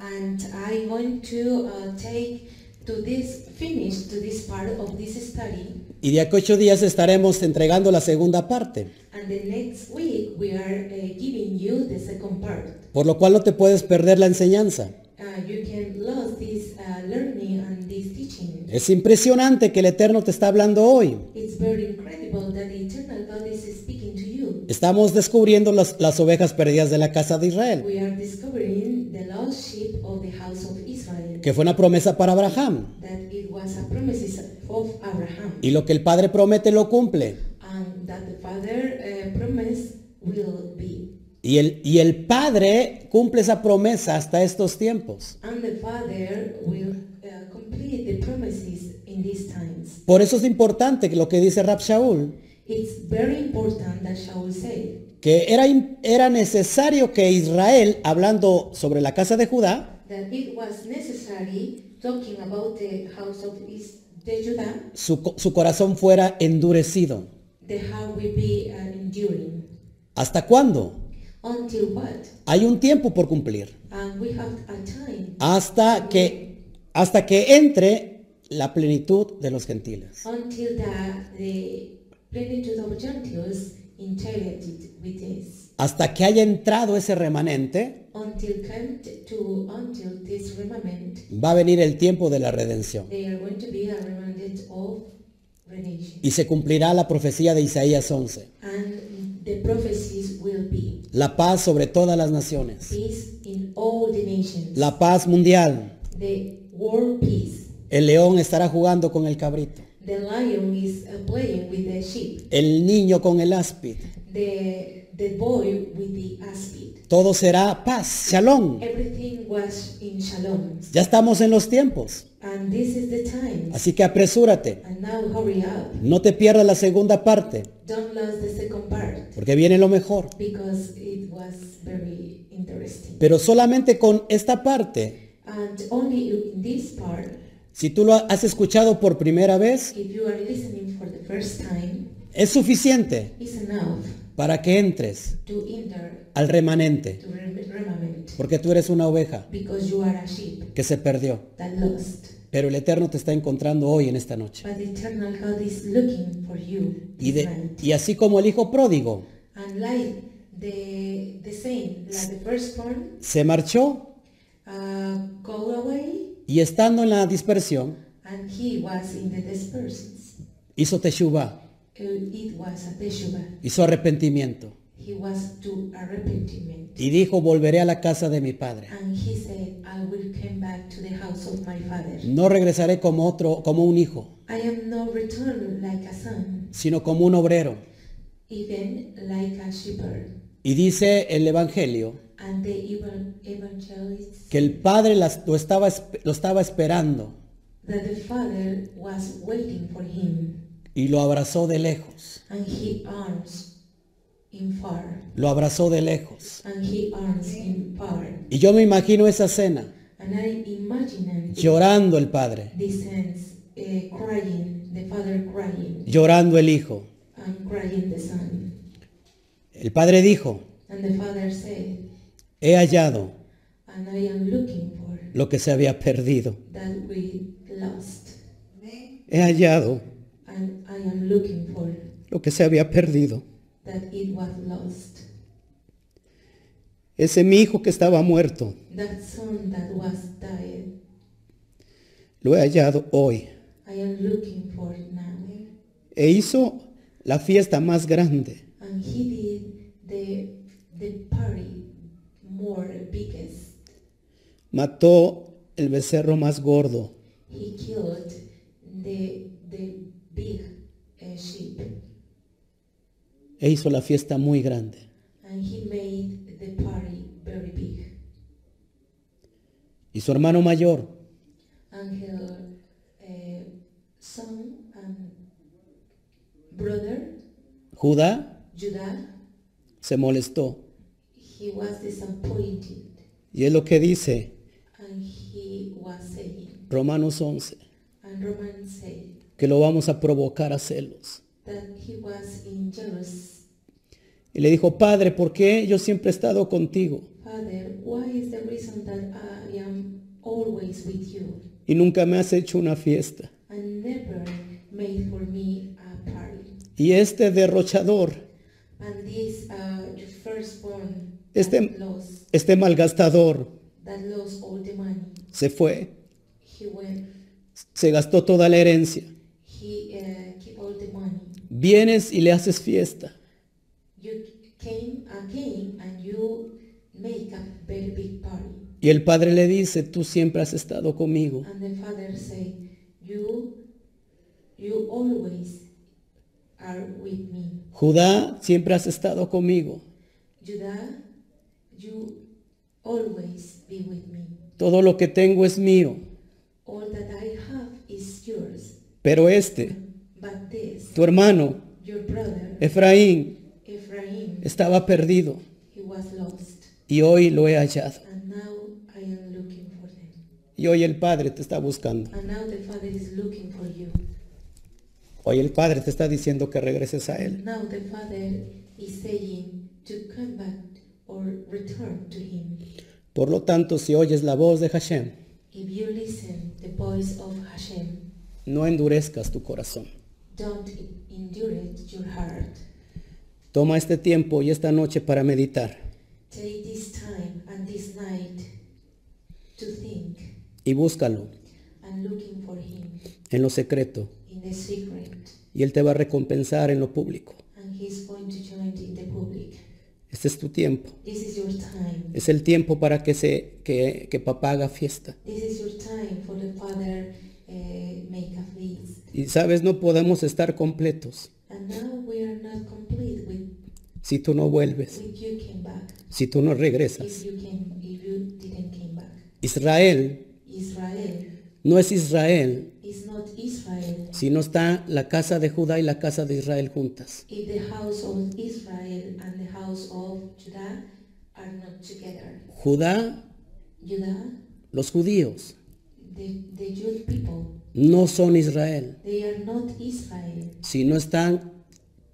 And I want to uh, take to this finish to this part of this study.
y de aquí a ocho días estaremos entregando la segunda parte,
And the next week we are uh, giving you the second part.
por lo cual no te puedes perder la enseñanza.
Uh, you can lose this uh, learning and this teaching.
Es impresionante que el Eterno te está hablando hoy.
It's very incredible that the eternal God is speaking to you.
Estamos descubriendo las, las ovejas perdidas de la casa de Israel,
We are discovering the lost sheep of the house of Israel.
que fue una promesa para Abraham.
That it was a promise of Abraham,
Y lo que el Padre promete lo cumple.
and that the Father uh, promise will be.
Y el, y el Padre cumple esa promesa hasta estos tiempos.
And the Father will uh, complete the promises in these times.
Por eso es importante que lo que dice Rab Shaul,
It's very important that Shaul said
que era, im- era necesario que Israel, hablando sobre la casa de Judá,
that it was necessary, talking about the house of Is- the Judah,
su, co- su corazón fuera endurecido.
the how will be uh, enduring.
¿Hasta cuándo?
Until what?
Hay un tiempo por cumplir.
And we have a time
Hasta que, hasta que entre la plenitud de los gentiles.
until the, the plenitude of Gentiles integrated with us,
Hasta que haya entrado ese remanente,
until come to until this remnant,
va a venir el tiempo de la redención.
they are going to be a remnant of renation,
Y se cumplirá la profecía de Isaías 11.
and the prophecies will be
La paz sobre todas las naciones.
peace in all the nations,
La paz mundial.
the world peace.
El león estará jugando con el cabrito.
The lion is uh, playing with the sheep,
El niño con el áspid.
the the boy with the aspid.
Todo será paz. Shalom.
Everything was in shalom,
Ya estamos en los tiempos.
and this is the time.
Así que apresúrate.
And now hurry up.
No te pierdas la segunda parte.
Don't lose the second part
Porque viene lo mejor.
because it was very interesting.
Pero solamente con esta parte.
And only in this part,
Si tú lo has escuchado por primera vez,
if you are listening for the first time,
es suficiente
is enough
para que entres
to enter
al remanente.
to rem- remnant
Porque tú eres una oveja
because you are a sheep
que se perdió.
that lost.
Pero el Eterno te está encontrando hoy en esta noche.
But the eternal God is looking for you.
Y,
this
de-
night.
y así como el hijo pródigo
And like the the same, like the first one,
se marchó
uh, go away,
y estando en la dispersión,
and he was in the dispersals.
hizo teshuva,
Uh, It was a teshuvah.
hizo arrepentimiento.
He was to arrepentment.
Y dijo, volveré a la casa de mi padre.
And he said, I will come back to the house of my father.
No regresaré como otro, como un hijo,
I am no returned like a son,
sino como un obrero.
even like a shepherd.
Y dice el Evangelio
And the evan- evangelists
que el padre las- lo, estaba, esp- lo estaba esperando
that the father was waiting for him,
y lo abrazó de lejos.
and he arms in far,
Lo abrazó de lejos.
and he arms in far.
Y yo me imagino esa escena,
And I imagine
llorando el padre,
this sense uh, crying, the father crying,
llorando el hijo.
and crying the son.
El padre dijo,
And the father said,
he hallado
And I am looking for
lo que se había perdido.
that we lost.
He hallado
And I am looking for
lo que se había perdido.
that it was lost.
Ese mi hijo que estaba muerto,
That son that was died,
lo he hallado hoy.
I am looking for now.
E hizo la fiesta más grande.
And he did the, the party more biggest.
Mató el becerro más gordo.
He killed the, the big uh, sheep.
E hizo la fiesta muy grande.
And he made the party very big.
Y su hermano mayor
and her uh, son and brother
Judá
Judah,
se molestó.
he was disappointed
Y es lo que dice
and he was saying,
Romanos 11,
and Roman said
que lo vamos a provocar a celos.
that he was in jealous.
Y le dijo, Padre, ¿por qué yo siempre he estado contigo
Father, why is the reason that I am always with you
y nunca me has hecho una fiesta?
and never made for me a party?
Y este derrochador,
And this uh, your firstborn
Este-
that lost,
este malgastador,
that lost all the money.
se fue,
He went
se gastó toda la herencia.
He uh, keep all the money.
Vienes y le haces fiesta.
You came again and you make a very big party.
Y el padre le dice, tú siempre has estado conmigo.
And the father say, you, you always are with me.
Judá, siempre has estado conmigo.
Judah, you always be with me.
Todo lo que tengo es mío,
All that I have is yours.
pero este,
But this,
tu hermano,
your brother,
Efraín,
Ephraim,
estaba perdido
he was lost.
y hoy lo he hallado.
And now I am looking for them.
Y hoy el Padre te está buscando.
And now the father is looking for you.
Hoy el Padre te está diciendo que regreses a Él.
Now the Father is saying to come back or return to Him.
Por lo tanto, si oyes la voz de Hashem,
If you listen the voice of Hashem,
No endurezcas tu corazón.
Don't endure it, your heart.
Toma este tiempo y esta noche para meditar
Take this time and this night to think
y búscalo
and looking for him
en lo secreto
in the secret,
y Él te va a recompensar en lo público.
and he's going to join in the public.
Este es tu tiempo.
This is your time.
Es el tiempo para que, se, que, que papá haga fiesta.
This is your time for the Father uh, make a feast.
Y sabes, no podemos estar completos
And now we are not complete with,
si tú no vuelves,
with you came back.
si tú no
If
regresas.
you came, if you didn't came back.
Israel
Israel
no es Israel
is not Israel.
si no está la casa de Judá y la casa de Israel juntas.
If the house of Israel and the house of Judah are not together.
Judá,
Judah,
los judíos,
the, the Jewish people,
no son Israel
they are not Israel.
si no están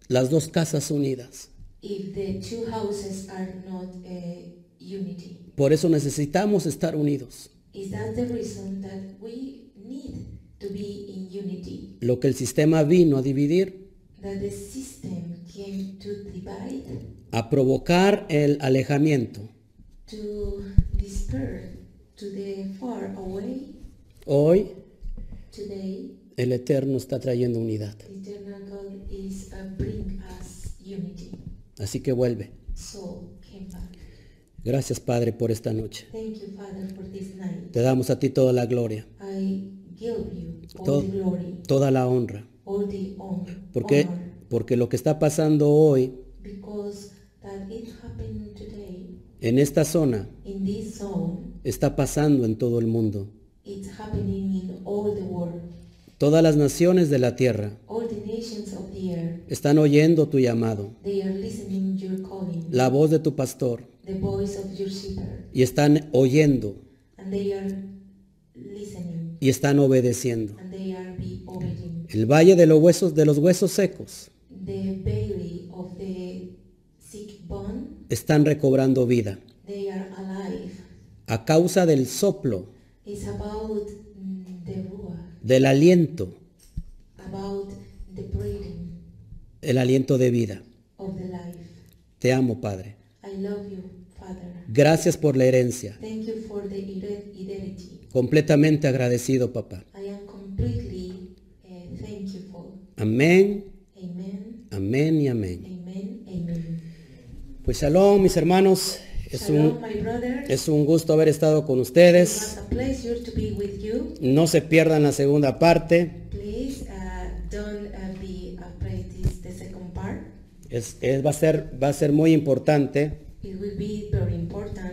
las dos casas unidas.
If the two houses are not uh, unity.
Por eso necesitamos estar unidos.
Is that the reason that we need to be in unity?
Lo que el sistema vino a dividir,
That the system came to divide,
a provocar el alejamiento.
to despair, to the far away.
Hoy
Today,
el Eterno está trayendo unidad.
eternal God is uh, bring us unity.
Así que vuelve.
So came back.
Gracias Padre por esta noche.
Thank you, Father, for this night.
Te damos a ti toda la gloria,
I give you all
Todo-
the glory,
toda la honra.
all the honor,
Porque,
honor,
porque lo que está pasando hoy
because that it happened today
en esta zona
in this zone.
está pasando en todo el mundo.
It's happening in all the world.
Todas las naciones de la tierra
All the nations of the earth,
están oyendo tu llamado,
they are listening your calling,
la voz de tu pastor,
the voice of your shepherd,
y están oyendo
and they are listening,
y están obedeciendo.
and they are be obedient.
El valle de los huesos, de los huesos secos
The belly of the sick bone,
están recobrando vida
they are alive.
a causa del soplo,
It's about mm, the ruach,
del aliento,
about the breathing
el aliento de vida.
of the life.
Te amo, Padre.
I love you, Father.
Gracias por la herencia.
Thank you for the hered- identity.
Completamente agradecido, papá.
I am completely uh, thankful.
Amén,
Amen,
amén y amén.
amen, amen.
Pues shalom, mis hermanos. Es
Shalom,
un,
my brothers.
es un gusto haber estado con
It
ustedes.
was a pleasure to be with you.
No se pierdan la segunda parte.
Please uh, don't uh, be afraid. This the second part.
Es, es- va, a ser, va a ser muy importante.
It will be very important.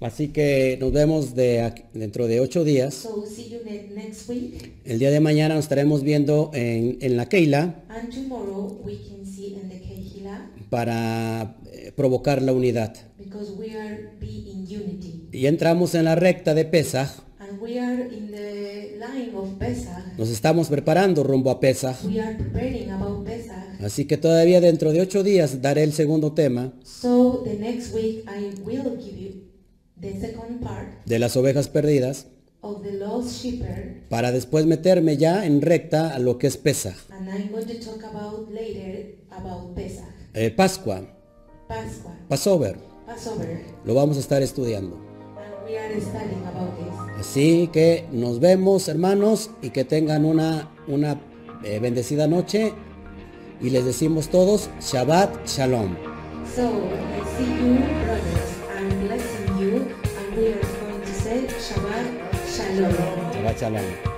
Así que nos vemos de aquí- dentro de ocho días.
So see you ne- next week.
El día de mañana nos estaremos viendo en, en la Keila
And tomorrow we can see in the Kehila
para eh, provocar la unidad.
because we are be in unity.
Y entramos en la recta de Pesaj.
And we are in the line of Pesach.
Nos estamos preparando rumbo a Pesaj.
We are preparing about Pesach.
Así que todavía dentro de ocho días daré el segundo tema
So the next week I will give you the second part
de las ovejas perdidas
of the lost shepherd
para después meterme ya en recta a lo que es Pesaj,
and I'm going to talk about later about Pesach,
eh, Pascua,
Pascua,
Passover.
Passover
Lo vamos a estar estudiando.
and we are studying about this.
Así que nos vemos hermanos y que tengan una, una eh, bendecida noche y les decimos todos Shabbat Shalom.
So I see you brothers, I'm blessing you and we are going to say Shabbat Shalom.
Shabbat Shalom.